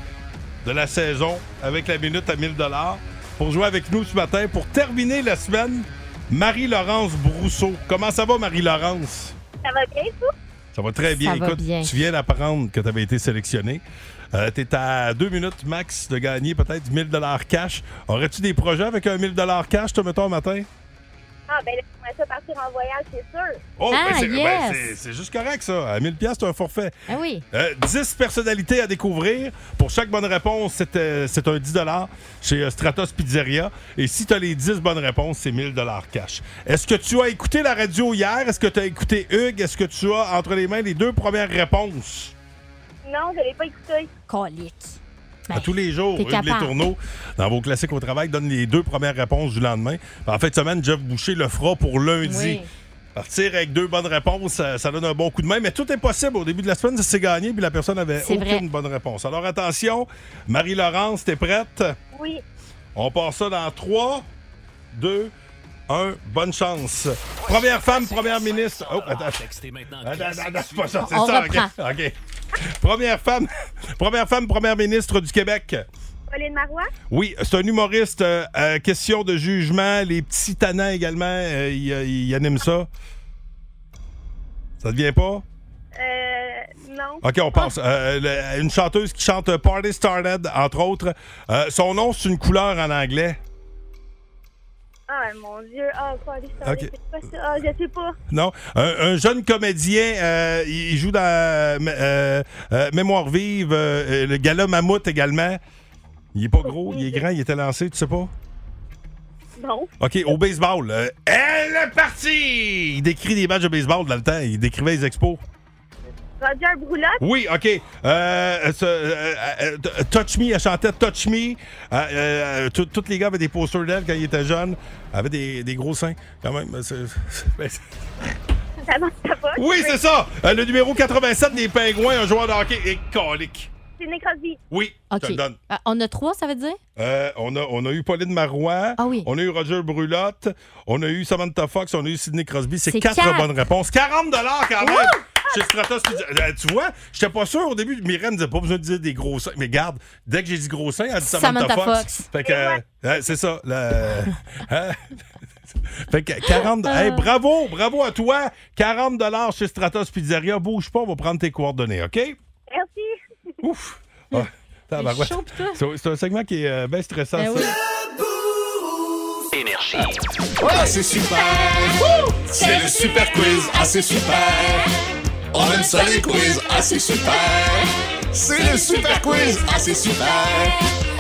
Speaker 3: de la saison avec la minute à 1000 pour jouer avec nous ce matin. Pour terminer la semaine, Marie-Laurence Brousseau. Comment ça va, Marie-Laurence?
Speaker 20: Ça va bien, vous?
Speaker 3: Ça va très bien.
Speaker 20: Ça va
Speaker 3: Écoute,
Speaker 20: bien.
Speaker 3: tu viens d'apprendre que tu avais été sélectionné. Euh, T'es à deux minutes max de gagner peut-être 1000 cash. Aurais-tu des projets avec un 1000 cash, te mettons, matin?
Speaker 20: Ah, ben là, j'aimerais ça partir en voyage, c'est sûr.
Speaker 3: Oh,
Speaker 6: Ah,
Speaker 3: ben, c'est, ben, c'est- c'est juste correct, ça. À 1000 pièces, c'est un forfait.
Speaker 20: Ah oui.
Speaker 3: Euh, 10 personnalités à découvrir. Pour chaque bonne réponse, c'est, euh, c'est un 10 chez euh, Stratos Pizzeria. Et si tu as les 10 bonnes réponses, c'est 1000 cash. Est-ce que tu as écouté la radio hier? Est-ce que tu as écouté Hugues? Est-ce que tu as entre les mains les deux premières réponses?
Speaker 20: Non, je l'ai pas écouté.
Speaker 6: Colique.
Speaker 3: à tous les jours,
Speaker 6: Ben, t'es
Speaker 3: Hugues Les
Speaker 6: capable.
Speaker 3: Tourneaux, dans vos classiques au travail, donne les deux premières réponses du lendemain. En fin de semaine, Jeff Boucher le fera pour lundi.
Speaker 6: Oui.
Speaker 3: Partir avec deux bonnes réponses, ça, ça donne un bon coup de main, mais tout est possible. Au début de la semaine, ça s'est gagné, puis la personne avait
Speaker 6: C'est
Speaker 3: aucune
Speaker 6: vrai.
Speaker 3: bonne réponse. Alors attention, Marie-Laurence, t'es prête?
Speaker 20: Oui.
Speaker 3: On part ça dans 3, 2, 1. Bonne chance. Première femme, première ministre. Oh, attends.
Speaker 13: Ah,
Speaker 3: Attends, attends, attends, c'est pas ça, c'est
Speaker 13: On
Speaker 3: ça. OK.
Speaker 13: reprend.
Speaker 3: OK. Première femme, première femme, première ministre du Québec.
Speaker 20: Pauline Marois?
Speaker 3: Oui, c'est un humoriste. euh, euh, question de jugement. Les petits tannants également, euh, ils euh, ils animent ça. Ça ne vient pas?
Speaker 20: Euh, Non.
Speaker 3: OK, on passe. Euh, le- une chanteuse qui chante Party Started, entre autres. Euh, son nom, c'est une couleur en anglais.
Speaker 20: Ah, mon Dieu. Ah, Party Started,
Speaker 3: Ok.
Speaker 20: c'est quoi ça? Ah, je sais pas.
Speaker 3: Non. Un, un jeune comédien, euh, il il joue dans euh, m- euh, euh, Mémoire vive, euh, euh, le gala Mammouth également. Il est pas gros, il est grand, il était lancé, tu sais pas?
Speaker 20: Non.
Speaker 3: OK, au baseball. euh, elle est partie! Il décrit des matchs de baseball dans le temps. Il décrivait les expos.
Speaker 20: Roger Broulotte?
Speaker 3: Oui, OK. Euh, ce- euh, euh, euh, touch Me, elle chantait Touch Me. Euh, euh, tout- Tous les gars avaient des posters d'elle quand ils étaient jeunes. Elle avait des, des gros seins, quand même. mais c'est- ben, c'est-
Speaker 20: Ça marche pas.
Speaker 3: Oui, c'est ça! Euh, le numéro 87 des Pingouins, un joueur de hockey. Et colique.
Speaker 20: C'est Nick Crosby.
Speaker 3: Oui, je te le donne.
Speaker 6: Euh, on a trois, ça veut dire?
Speaker 3: Euh, on, a, on a eu Pauline Marois. On a eu Roger Brulotte. On a eu Samantha Fox. On a eu Sidney Crosby. C'est
Speaker 6: C'est
Speaker 3: quatre,
Speaker 6: quatre.
Speaker 3: bonnes réponses. 40 quand même!
Speaker 6: Wouh!
Speaker 3: Chez Stratos Studio. Euh, tu vois, j'étais pas sûr au début. Myriam disait pas besoin de dire des gros seins. Mais garde, dès que j'ai dit gros seins, elle a dit Samantha,
Speaker 6: Samantha
Speaker 3: Fox.
Speaker 6: Fox.
Speaker 3: Fait que, euh, euh, c'est ça. le- hein? fait que 40. Hey, bravo, bravo à toi. 40 chez Stratos Pizzeria. Bouge pas, on va prendre tes coordonnées, OK?
Speaker 20: Merci.
Speaker 3: Ouf! Ah, tabarouette.
Speaker 20: chaud, pis toi?
Speaker 3: C'est c'est un segment qui est euh, bien stressant.
Speaker 20: Ben
Speaker 3: ça.
Speaker 20: oui.
Speaker 2: Énergie.
Speaker 13: Ah, c'est super! C'est le super quiz, ah, c'est super! On aime ça les quiz, ah, c'est super! C'est le super quiz, ah, c'est super!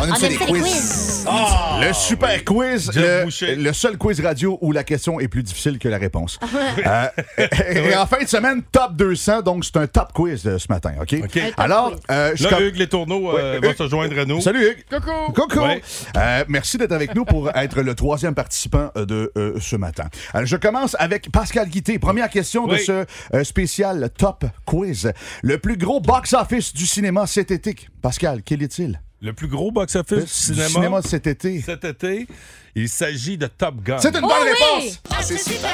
Speaker 19: On aime ça, les quiz.
Speaker 13: Ah!
Speaker 19: Le super quiz, euh,
Speaker 13: Jeff
Speaker 19: le, le seul quiz radio où la question est plus difficile que la réponse. Euh, et en fin de semaine, top 200, donc c'est un top quiz euh, ce matin, OK? Alors, euh, je
Speaker 3: Là,
Speaker 19: com-
Speaker 3: Hugues Les Tourneaux euh,
Speaker 19: Ouais,
Speaker 3: va
Speaker 19: Hugues.
Speaker 3: se joindre à nous.
Speaker 19: Salut Hugues!
Speaker 3: Coucou!
Speaker 19: Coucou! Euh, merci d'être avec nous pour être le troisième participant euh, de euh, ce matin. Euh, je commence avec Pascal Guité. Première question de
Speaker 13: Oui.
Speaker 19: ce euh, spécial Top Quiz. Le plus gros box-office du cinéma cet été. Pascal, quel est-il? Euh,
Speaker 3: Le plus gros box-office du cinéma,
Speaker 19: cinéma cet été.
Speaker 3: cet été, il s'agit de Top Gun.
Speaker 19: C'est une bonne
Speaker 13: Oh oui!
Speaker 19: réponse!
Speaker 13: Ah, c'est super!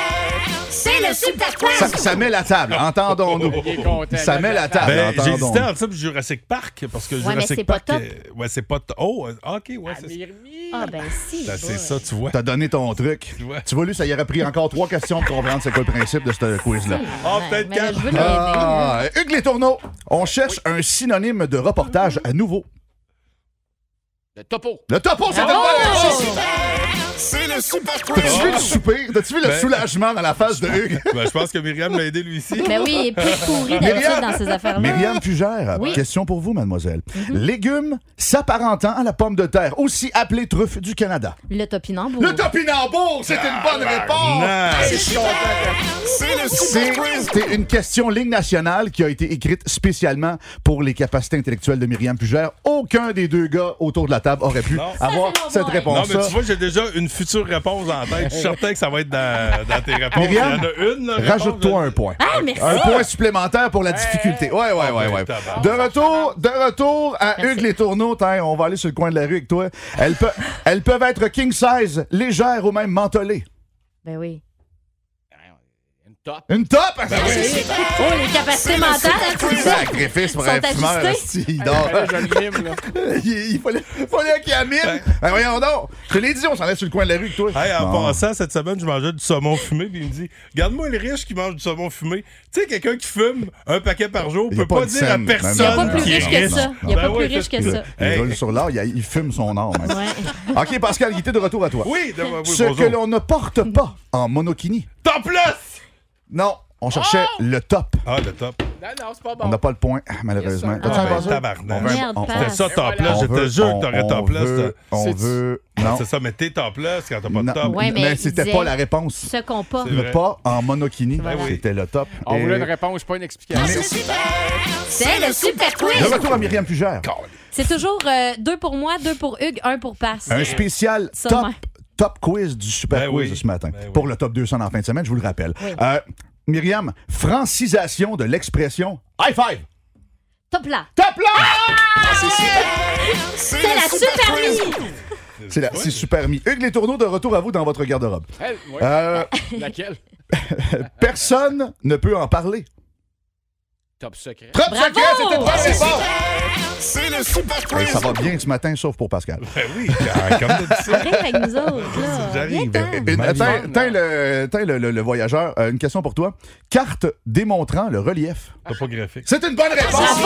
Speaker 13: C'est
Speaker 19: le
Speaker 13: super
Speaker 19: Ça, ça met la table, entendons-nous.
Speaker 13: Il est content,
Speaker 19: Ça
Speaker 13: là,
Speaker 19: met la
Speaker 13: là,
Speaker 19: table,
Speaker 3: Oh, Ben, J'ai
Speaker 19: entendons-nous.
Speaker 3: hésité entre ça et Jurassic Park, parce que
Speaker 6: Ouais, mais
Speaker 3: Jurassic
Speaker 6: c'est pas
Speaker 3: Park...
Speaker 6: top.
Speaker 3: euh, ouais, c'est pas... top. Oh, euh, OK, ouais, c'est ça.
Speaker 6: Ah, ben si.
Speaker 3: Ben, c'est ça, tu vois.
Speaker 19: T'as donné ton truc. Tu vois, lui, ça y aurait pris encore trois questions pour comprendre c'est quoi le principe de ce quiz-là.
Speaker 3: Ah, peut-être
Speaker 6: mais là,
Speaker 3: quatre.
Speaker 6: je veux l'aider.
Speaker 19: Ah, Hugues Les Tourneaux, on cherche un synonyme de reportage à nouveau.
Speaker 13: Le topo.
Speaker 19: Le topo, c'est
Speaker 6: Oh!
Speaker 13: Ah,
Speaker 19: une bonne
Speaker 13: c'est
Speaker 19: réponse!
Speaker 13: super! C'est le super
Speaker 19: T'as-tu vu le
Speaker 13: quiz!
Speaker 19: soupir? T'as-tu vu le
Speaker 3: Ben-
Speaker 19: soulagement dans la face de Hugues?
Speaker 3: Ben, je pense que Myriam l'a aidé, lui aussi.
Speaker 6: Ben oui, il est plus pourri d'habitude
Speaker 19: Myriam-
Speaker 6: dans ces
Speaker 13: Ah.
Speaker 6: affaires-là.
Speaker 19: Myriam Fugère,
Speaker 6: Oui.
Speaker 19: question pour vous, mademoiselle.
Speaker 13: Mhm.
Speaker 19: Légumes s'apparentant à la pomme de terre, aussi appelée truffe du Canada.
Speaker 6: Le topinambour.
Speaker 19: Le topinambour, c'est une bonne réponse!
Speaker 13: Ah,
Speaker 19: Ah,
Speaker 13: c'est super! C'est le
Speaker 19: C'est
Speaker 13: super quiz!
Speaker 19: c'est une question ligne nationale qui a été écrite spécialement pour les capacités intellectuelles de Myriam Fugère. Aucun des deux gars autour de la table aurait pu avoir cette
Speaker 3: Non,
Speaker 19: réponse
Speaker 3: mais tu vois, j'ai déjà une future réponse en tête. Je suis certain que ça va être dans, dans tes réponses.
Speaker 19: Myriam,
Speaker 3: Il y en a une, là, réponse,
Speaker 19: rajoute-toi
Speaker 3: là.
Speaker 19: un point.
Speaker 6: Ah, merci.
Speaker 19: Un point supplémentaire pour la difficulté. Ouais, ouais, ouais, ouais.
Speaker 3: ah,
Speaker 19: De retour, de retour à Hugues Les Tourneaux. Tiens, on va aller sur le coin de la rue avec toi. Elles, pe- elles peuvent être king size, légères ou même mentolées.
Speaker 6: Ben oui.
Speaker 19: Une top!
Speaker 6: Oh, les capacités mentales, hein, tu dis ça?
Speaker 19: Sacrifice pour
Speaker 6: Sont
Speaker 19: un fumeur,
Speaker 6: ajustées.
Speaker 19: hostie, il dort. il, il fallait, fallait qu'il amine. Ben voyons donc. Je te l'ai dit, on s'en est sur le coin de la rue que toi.
Speaker 3: Hey, en
Speaker 19: Bon.
Speaker 3: passant, cette semaine, je mangeais du saumon fumé, puis il me dit Garde-moi les riches qui mangent du saumon fumé. Tu sais, quelqu'un qui fume un paquet par jour
Speaker 19: Il y a
Speaker 3: peut pas,
Speaker 19: de
Speaker 3: dire
Speaker 19: scène,
Speaker 3: à
Speaker 19: même.
Speaker 3: personne. qu'il est riche.
Speaker 6: Il y a
Speaker 3: Ben
Speaker 6: pas
Speaker 3: ouais,
Speaker 6: plus riche que
Speaker 3: c'est-
Speaker 6: ça.
Speaker 19: Il roule sur l'or, il, il fume son or. même. OK, Pascal, il était de retour à toi.
Speaker 3: Oui, de- Ah oui,
Speaker 19: Ce
Speaker 3: bonjour.
Speaker 19: que l'on ne porte pas en monokini.
Speaker 3: T'en plus
Speaker 19: Non, on cherchait le top.
Speaker 3: Ah, le top.
Speaker 13: Non, non, c'est pas
Speaker 19: On n'a pas le point, malheureusement.
Speaker 13: Yes, sir.
Speaker 19: T'as-tu
Speaker 13: Ah,
Speaker 19: un
Speaker 13: ben,
Speaker 19: buzzer?
Speaker 3: tabarnak.
Speaker 19: On veut-
Speaker 13: Merde,
Speaker 19: on-
Speaker 13: passe.
Speaker 3: C'était ça, top
Speaker 13: Et voilà.
Speaker 3: là. Je
Speaker 19: On
Speaker 3: te
Speaker 19: veut-
Speaker 3: jure que t'aurais
Speaker 19: on-
Speaker 3: top
Speaker 19: on
Speaker 3: là.
Speaker 19: veut-
Speaker 3: c'est-
Speaker 19: On veut. Non.
Speaker 3: C'est ça, mais t'es top là quand t'as pas de
Speaker 19: Non,
Speaker 3: top.
Speaker 6: Ouais, mais
Speaker 19: mais
Speaker 6: il
Speaker 19: c'était
Speaker 6: disait-
Speaker 19: pas la réponse.
Speaker 6: Ce qu'on porte.
Speaker 19: Le pas en monokini,
Speaker 3: Ben
Speaker 19: c'était le top.
Speaker 21: On
Speaker 19: Et-
Speaker 21: voulait une réponse, pas une explication.
Speaker 6: C'est le super
Speaker 19: De
Speaker 6: quiz.
Speaker 19: retour à Myriam Fugère.
Speaker 6: C'est toujours euh, deux pour moi, deux pour Hugues, un pour Passe.
Speaker 16: Hein?
Speaker 19: Un spécial
Speaker 6: Ça
Speaker 19: top,
Speaker 6: même.
Speaker 19: top quiz du Super
Speaker 3: Ben
Speaker 19: Quiz
Speaker 3: oui.
Speaker 19: de ce matin. Pour le top 200 en fin de semaine, je vous le rappelle. Euh, Myriam, francisation de l'expression high five.
Speaker 6: Top là.
Speaker 19: Top là! Ah,
Speaker 13: C'est
Speaker 6: C'est
Speaker 13: le
Speaker 6: la super
Speaker 13: quiz!
Speaker 6: mie.
Speaker 19: C'est la- c'est super mis. Hugues Les Tourneaux, de retour à vous dans votre garde-robe.
Speaker 21: Elle, Eh, ouais.
Speaker 19: Euh,
Speaker 21: Laquelle?
Speaker 19: Personne ne peut en parler.
Speaker 21: Top secret.
Speaker 19: Top secret, c'était une bonne réponse.
Speaker 13: C'est le super
Speaker 19: Ouais,
Speaker 13: quiz.
Speaker 19: ça va bien ce matin, sauf pour Pascal.
Speaker 3: Ben oui, comme
Speaker 13: Arrête avec nous
Speaker 6: autres, là. Ah, hein.
Speaker 19: J'arrive. Attends, attends le, attends le- le- le voyageur, Euh, une question pour toi. Carte démontrant le relief.
Speaker 3: T'as pas graphique.
Speaker 19: C'est une bonne réponse!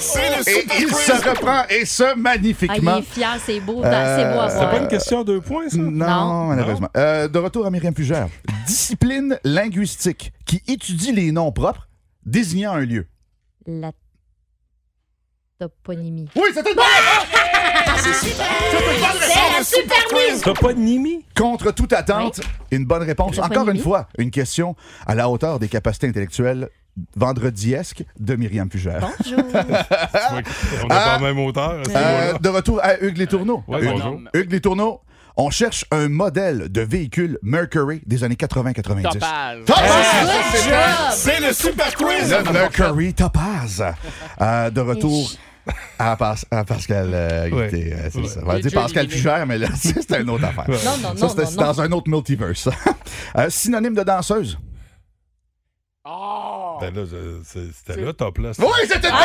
Speaker 13: C'est le
Speaker 19: Et
Speaker 13: super
Speaker 19: il
Speaker 13: quiz.
Speaker 19: se reprend, et ce,
Speaker 6: Ah, il
Speaker 19: magnifiquement.
Speaker 6: est fier, c'est beau,
Speaker 19: Euh,
Speaker 6: c'est beau à voir.
Speaker 3: question de points, ça?
Speaker 19: Non,
Speaker 6: Non.
Speaker 19: malheureusement. Euh, de retour à Myriam Fugère. Discipline linguistique qui étudie les noms propres désignant un lieu.
Speaker 6: La toponymie.
Speaker 19: Oui, c'est une bonne
Speaker 13: C'est super.
Speaker 6: C'est la super quiz.
Speaker 3: T'as pas de Nimi?
Speaker 19: Contre toute attente, une bonne réponse.
Speaker 6: T'as pas
Speaker 19: Encore
Speaker 6: de
Speaker 19: une
Speaker 6: Nimi?
Speaker 19: fois, une question à la hauteur des capacités intellectuelles vendrediesque de Myriam Fugère.
Speaker 3: On n'a pas la même hauteur. à ce
Speaker 19: Euh,
Speaker 3: niveau-là.
Speaker 19: de retour à Hugues Les Tourneaux.
Speaker 3: Ouais,
Speaker 19: Hugues,
Speaker 3: bonjour.
Speaker 19: Hugues Les Tourneaux, on cherche un modèle de véhicule Mercury des années 80-90.
Speaker 13: Topaz.
Speaker 19: Topaz!
Speaker 13: Yes.
Speaker 19: C'est
Speaker 13: Good
Speaker 19: ça.
Speaker 13: job. C'est le super quiz.
Speaker 19: Le Mercury Topaz. Euh, de retour à, Pas- à Pascal euh, Guité, euh, c'est ça. On va
Speaker 13: Les
Speaker 19: dire
Speaker 13: jeux
Speaker 19: Pascal
Speaker 13: éliminés.
Speaker 19: Fugère, mais là, c'est une autre affaire.
Speaker 13: Ouais. Non,
Speaker 19: ça,
Speaker 13: non, non,
Speaker 19: c'était-
Speaker 13: non,
Speaker 19: c'est
Speaker 13: non.
Speaker 19: dans un autre multiverse. Euh, synonyme de danseuse.
Speaker 3: Ben là, je- c'est- c'était là, top là.
Speaker 13: Oui, c'était
Speaker 3: Ah,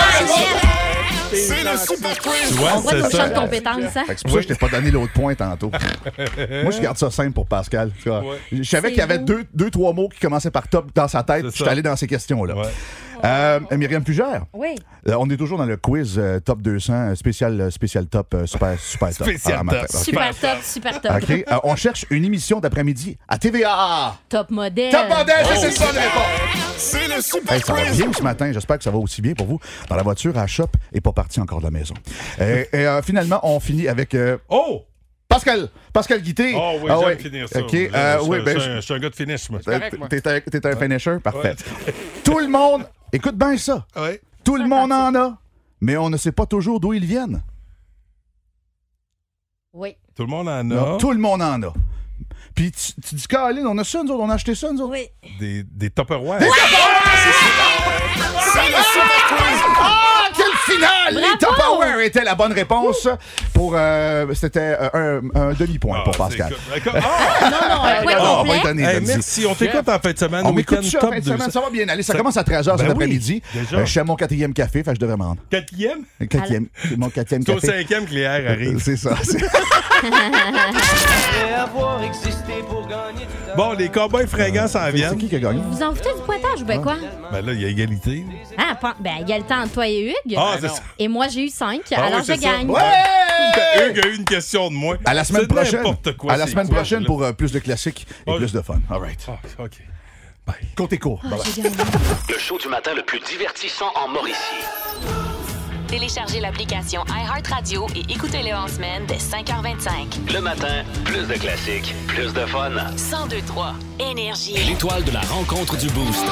Speaker 13: le C'est le super
Speaker 3: Tu
Speaker 13: quiz.
Speaker 3: vois, On voit c'est ton ça. champ de
Speaker 6: compétences, hein?
Speaker 19: Fait que C'est pour ça que je t'ai pas donné l'autre point tantôt. Moi, je garde ça simple pour Pascal. Tu vois. Je savais
Speaker 6: C'est
Speaker 19: qu'il y avait
Speaker 6: beau.
Speaker 19: deux, deux, trois mots qui commençaient par top dans sa tête. Je suis
Speaker 3: ça.
Speaker 19: allé dans ces questions-là. Euh, Myriam Fugère,
Speaker 6: Oui.
Speaker 19: euh, on est toujours dans le quiz euh, top 200, euh, spécial, euh, spécial top, euh, super, super top.
Speaker 3: Spécial
Speaker 19: Ah, ma
Speaker 3: top.
Speaker 19: tête, ok.
Speaker 6: Super top, super top.
Speaker 16: Ah.
Speaker 19: OK. Euh, on cherche une émission d'après-midi à TVA.
Speaker 6: Top modèle.
Speaker 13: Top modèle, Eh, ça, c'est
Speaker 19: une bonne
Speaker 13: C'est le super
Speaker 19: Oh. Hey, ça va
Speaker 13: quiz.
Speaker 19: bien ce matin. J'espère que ça va aussi bien pour vous. Dans la voiture, à la shop et pas parti encore de la maison. Et, et, euh, finalement, on finit avec. euh,
Speaker 3: Oh!
Speaker 19: Pascal! Pascal Guité!
Speaker 3: Oh oui,
Speaker 19: Ah
Speaker 3: j'aime
Speaker 19: ouais.
Speaker 3: finir ça.
Speaker 19: OK.
Speaker 3: Je-
Speaker 19: euh,
Speaker 3: je-
Speaker 19: oui,
Speaker 3: je-
Speaker 19: ben,
Speaker 3: je suis un- je suis un gars de finish, moi.
Speaker 19: T'es- T'es un, t'es un finisher? Parfait. Tout le monde, écoute bien ça. Tout le monde en a, mais on ne sait pas toujours d'où ils viennent.
Speaker 6: Oui.
Speaker 3: Tout le monde en
Speaker 19: Non,
Speaker 3: a.
Speaker 19: tout le monde en a. Puis tu, tu dis, Caroline, on a ça, nous autres, on a acheté ça, nous autres.
Speaker 6: Oui.
Speaker 3: Des, des Tupperware. Ah,
Speaker 13: C'est le super quiz.
Speaker 19: Ah, quelle finale! Les
Speaker 13: Bravo!
Speaker 19: Tupperware était la bonne réponse pour. euh, C'était euh, un, un
Speaker 3: Ah,
Speaker 19: demi-point pour Pascal.
Speaker 13: Ah,
Speaker 19: ouais,
Speaker 13: non,
Speaker 19: on va lui donner
Speaker 3: Hey,
Speaker 19: un demi.
Speaker 3: merci, on t'écoute en fin de semaine,
Speaker 19: On
Speaker 3: au
Speaker 19: m'écoute
Speaker 3: week-end
Speaker 19: ça en
Speaker 3: top
Speaker 19: fin de semaine,
Speaker 3: 200.
Speaker 19: ça va bien aller. Ça
Speaker 3: Ça-
Speaker 19: commence à 13h
Speaker 3: Ben
Speaker 19: cet
Speaker 3: oui,
Speaker 19: après-midi.
Speaker 3: déjà.
Speaker 19: Euh, je suis à mon quatrième café, fait que je devrais m'en rendre.
Speaker 3: Quatrième?
Speaker 19: Quatrième, c'est mon quatrième
Speaker 3: C'est au
Speaker 19: café.
Speaker 3: cinquième que les airs arrivent.
Speaker 19: C'est ça.
Speaker 3: Bon, les cowboys fringants
Speaker 19: Ah,
Speaker 3: s'en viennent.
Speaker 19: qui a gagné?
Speaker 6: Vous en foutez du pointage, ben quoi?
Speaker 3: Ben là, il y a égalité.
Speaker 6: Ah, pas- ben, il y a le temps entre toi et Hugues.
Speaker 3: Ah, c'est ça.
Speaker 6: Et moi, j'ai eu 5,
Speaker 3: Ah
Speaker 6: alors
Speaker 3: oui,
Speaker 6: je
Speaker 3: c'est ça.
Speaker 6: gagne.
Speaker 3: Ben, Hugues a eu une question de moins.
Speaker 19: À la semaine
Speaker 3: C'est
Speaker 19: prochaine.
Speaker 3: n'importe quoi,
Speaker 19: à la
Speaker 3: ces
Speaker 19: semaine
Speaker 3: quiz-là.
Speaker 19: prochaine pour euh, plus de classiques et plus de fun. All right.
Speaker 3: Ah, OK.
Speaker 19: Comptez court. Bye-bye.
Speaker 2: Le show du matin le plus divertissant en Mauricie.
Speaker 1: Téléchargez l'application iHeartRadio et écoutez-le en semaine dès 5h25.
Speaker 2: Le matin, plus de classiques, plus de fun.
Speaker 1: 1023 Énergie.
Speaker 2: L'étoile de la rencontre du Boost.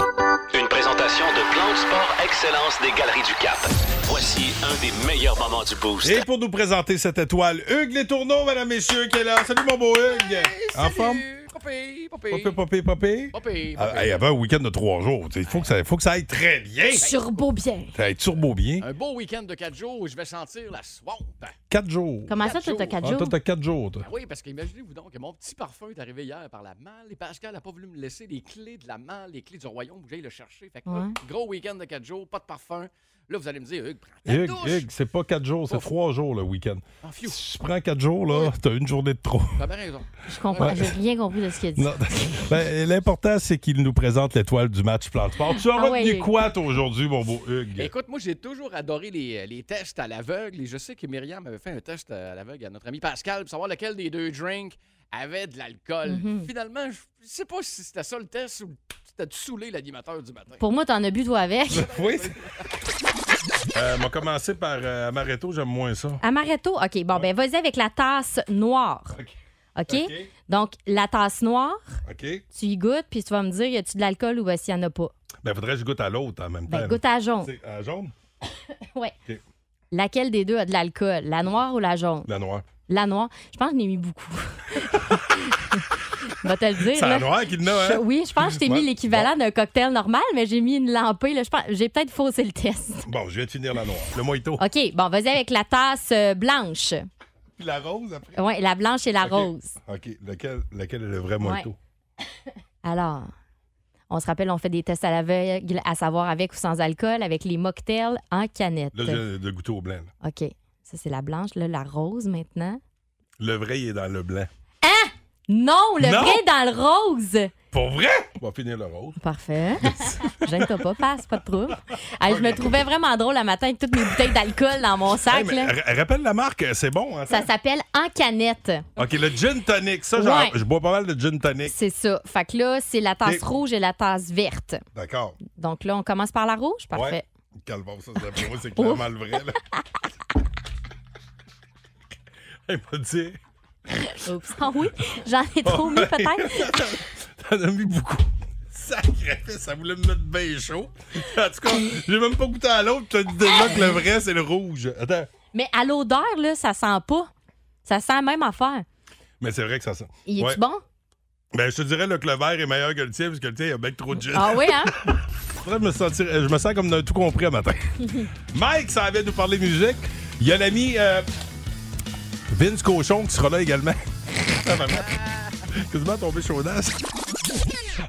Speaker 2: Une présentation de Plan de Sport Excellence des Galeries du Cap. Voici un des meilleurs moments du Boost.
Speaker 3: Et pour nous présenter cette étoile, Hugues Les Tourneaux, mesdames, messieurs, qui est là. Salut, mon beau Hugues. en forme?
Speaker 13: Popé,
Speaker 3: Popé, popé, popé.
Speaker 13: popé.
Speaker 3: Ah, hey, avant un week-end de trois jours, il faut que, ça, faut que ça aille très bien.
Speaker 6: Turbo bien.
Speaker 3: Ça va être turbo bien.
Speaker 13: Un beau week-end de 4 jours où je vais sentir la swamp.
Speaker 16: ben,
Speaker 3: Quatre jours.
Speaker 6: Comment ça, toi, t'as 4
Speaker 3: Ah,
Speaker 6: jours?
Speaker 3: toi, t'as quatre jours, toi.
Speaker 13: Ben oui, parce qu'imaginez-vous donc que mon petit parfum est arrivé hier par la malle et Pascal n'a pas voulu me laisser les clés de la malle, les clés du royaume où j'aille le chercher. Fait que là,
Speaker 3: Ouais.
Speaker 13: gros week-end de 4 jours, pas de parfum. Là, vous allez me dire, Hugues, prends ta
Speaker 3: Hugues,
Speaker 13: douche.
Speaker 3: Hugues, c'est pas quatre jours, c'est trois jours le week-end.
Speaker 13: Ah, phew.
Speaker 3: Si je prends quatre jours, là, t'as une journée de trop.
Speaker 13: T'as bien raison.
Speaker 6: Je comprends,
Speaker 3: Ouais.
Speaker 6: j'ai rien compris de ce qu'il a dit.
Speaker 3: Non. Ben, L'important, c'est qu'il nous présente l'étoile du match plan de sport. Tu as
Speaker 13: Ah
Speaker 3: retenu
Speaker 13: ouais.
Speaker 3: quoi, toi, aujourd'hui, mon beau Hugues?
Speaker 13: Écoute, moi, j'ai toujours adoré les, les tests à l'aveugle et je sais que Myriam avait fait un test à l'aveugle à notre ami Pascal pour savoir lequel des deux drinks avait de l'alcool.
Speaker 6: Mhm.
Speaker 13: Finalement, je sais pas si c'était ça le test ou c'était de saouler l'animateur du matin.
Speaker 6: Pour moi, t'en as bu, toi, avec.
Speaker 3: Oui. Euh, m'a commencé par euh, Amaretto, j'aime moins ça.
Speaker 6: Amaretto, OK. Bon, ben, vas-y avec la tasse noire. OK?
Speaker 3: OK.
Speaker 6: Donc, la tasse noire,
Speaker 3: OK?
Speaker 6: tu y goûtes, puis tu vas me dire, y a-tu de l'alcool ou euh, s'il y en a pas?
Speaker 3: Ben, faudrait que je goûte à l'autre en même
Speaker 6: Ben,
Speaker 3: temps.
Speaker 6: goûte
Speaker 3: là.
Speaker 6: à jaune.
Speaker 3: C'est à jaune?
Speaker 6: Ouais.
Speaker 3: OK.
Speaker 6: Laquelle des deux a de l'alcool? La noire ou la jaune?
Speaker 3: La noire.
Speaker 6: La noire. Je pense que je n'ai mis beaucoup. Va te le dire.
Speaker 3: C'est la
Speaker 6: là.
Speaker 3: noire qu'il n'a, hein?
Speaker 6: Je- Oui, je pense que je t'ai
Speaker 3: Ouais.
Speaker 6: mis l'équivalent d'un cocktail normal, mais j'ai mis une lampée. là. Je pense- J'ai peut-être faussé le test.
Speaker 3: Bon, je viens de finir la noire. Le mojito.
Speaker 6: OK, bon, vas-y avec la tasse euh, blanche.
Speaker 3: Puis la rose après?
Speaker 6: Oui, la blanche et la
Speaker 3: OK.
Speaker 6: rose.
Speaker 3: OK. Lequel, lequel est le vrai
Speaker 6: Ouais.
Speaker 3: mojito?
Speaker 6: Alors, On se rappelle, on fait des tests à l'aveugle, à savoir avec ou sans alcool, avec les mocktails en canette.
Speaker 3: Là, j'ai de goûter au blanc. là.
Speaker 6: OK. Ça, c'est la blanche. Là, la rose maintenant.
Speaker 3: Le vrai, il est dans le blanc.
Speaker 6: Non, le
Speaker 3: Non!
Speaker 6: vrai dans le rose.
Speaker 3: Pour vrai? On va finir le rose.
Speaker 6: Parfait. Gêne-toi pas, passe, pas de trouble. Ah, je me trouvais vraiment drôle le matin avec toutes mes bouteilles d'alcool dans mon sac.
Speaker 3: Hey, mais euh,
Speaker 6: là.
Speaker 3: ra- rappelle la marque, c'est bon. hein,
Speaker 6: Ça s'appelle en canette.
Speaker 3: OK, le gin tonic. Ça, j'en-
Speaker 6: Ouais.
Speaker 3: je bois pas mal de gin tonic.
Speaker 6: C'est ça. Fait que là, c'est la tasse
Speaker 3: Et-
Speaker 6: rouge et la tasse verte.
Speaker 3: D'accord.
Speaker 6: Donc là, on commence par la rouge. Parfait.
Speaker 3: Ouais. Calvaire, ça, c'est pour moi, c'est clairement le vrai. Là. Elle m'a dit, oh,
Speaker 6: Oups. Ah oui, j'en ai trop mis peut-être.
Speaker 3: t'en as mis beaucoup. Sacré, ça voulait me mettre bien chaud. En tout cas, j'ai même pas goûté à l'autre. Tu as dit déjà que le vrai, c'est le rouge. Attends,
Speaker 6: Mais à l'odeur, là, ça sent pas. Ça sent la même affaire.
Speaker 3: mais c'est vrai que ça sent.
Speaker 6: Il est-tu
Speaker 3: Ouais.
Speaker 6: bon?
Speaker 3: Ben, je te dirais là, que le vert est meilleur que le tien, parce que le tien, il y a bien que trop de gin.
Speaker 6: Ah oui, hein?
Speaker 3: Faudrait me sentir- euh, je me sens comme d'un tout compris un matin. Mike, ça vient de nous parler musique. Il y a l'ami euh, Vince Cochon qui sera là également. Ah, maman. Quasiment tombé chaudasse.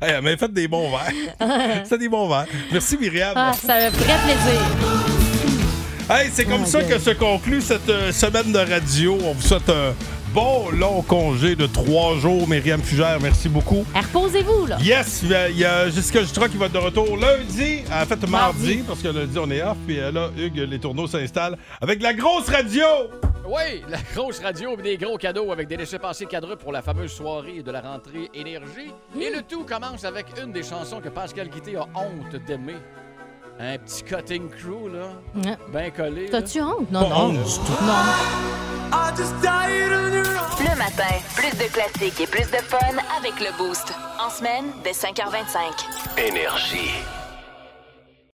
Speaker 3: Hey, elle m'a fait des bons verres. C'était des bons verres. Merci Myriam.
Speaker 6: Ah, ça me ferait plaisir.
Speaker 3: Hey, c'est comme ça que se conclut cette euh, semaine de radio. On vous souhaite un bon long congé de trois jours. Myriam Fugère, merci beaucoup.
Speaker 6: Eh, Reposez-vous, là.
Speaker 3: Yes, il y a- il y a Jessica Jutra qui va être de retour lundi, en fait mardi, parce que lundi on est off, puis euh, là, Hugues, les tourneaux s'installent avec la grosse radio!
Speaker 21: Oui, la grosse radio et des gros cadeaux avec des laissés-passer cadreux pour la fameuse soirée de la rentrée énergie. Et le tout commence avec une des chansons que Pascal Guité a honte d'aimer. Un petit cutting crew, là.
Speaker 6: Ouais.
Speaker 21: Ben collé. là.
Speaker 6: Hein? T'as-tu honte?
Speaker 21: Pas
Speaker 6: Non, non.
Speaker 21: honte du tout.
Speaker 1: Le matin, plus de classiques et plus de fun avec le Boost. En semaine, dès 5h25.
Speaker 2: Énergie.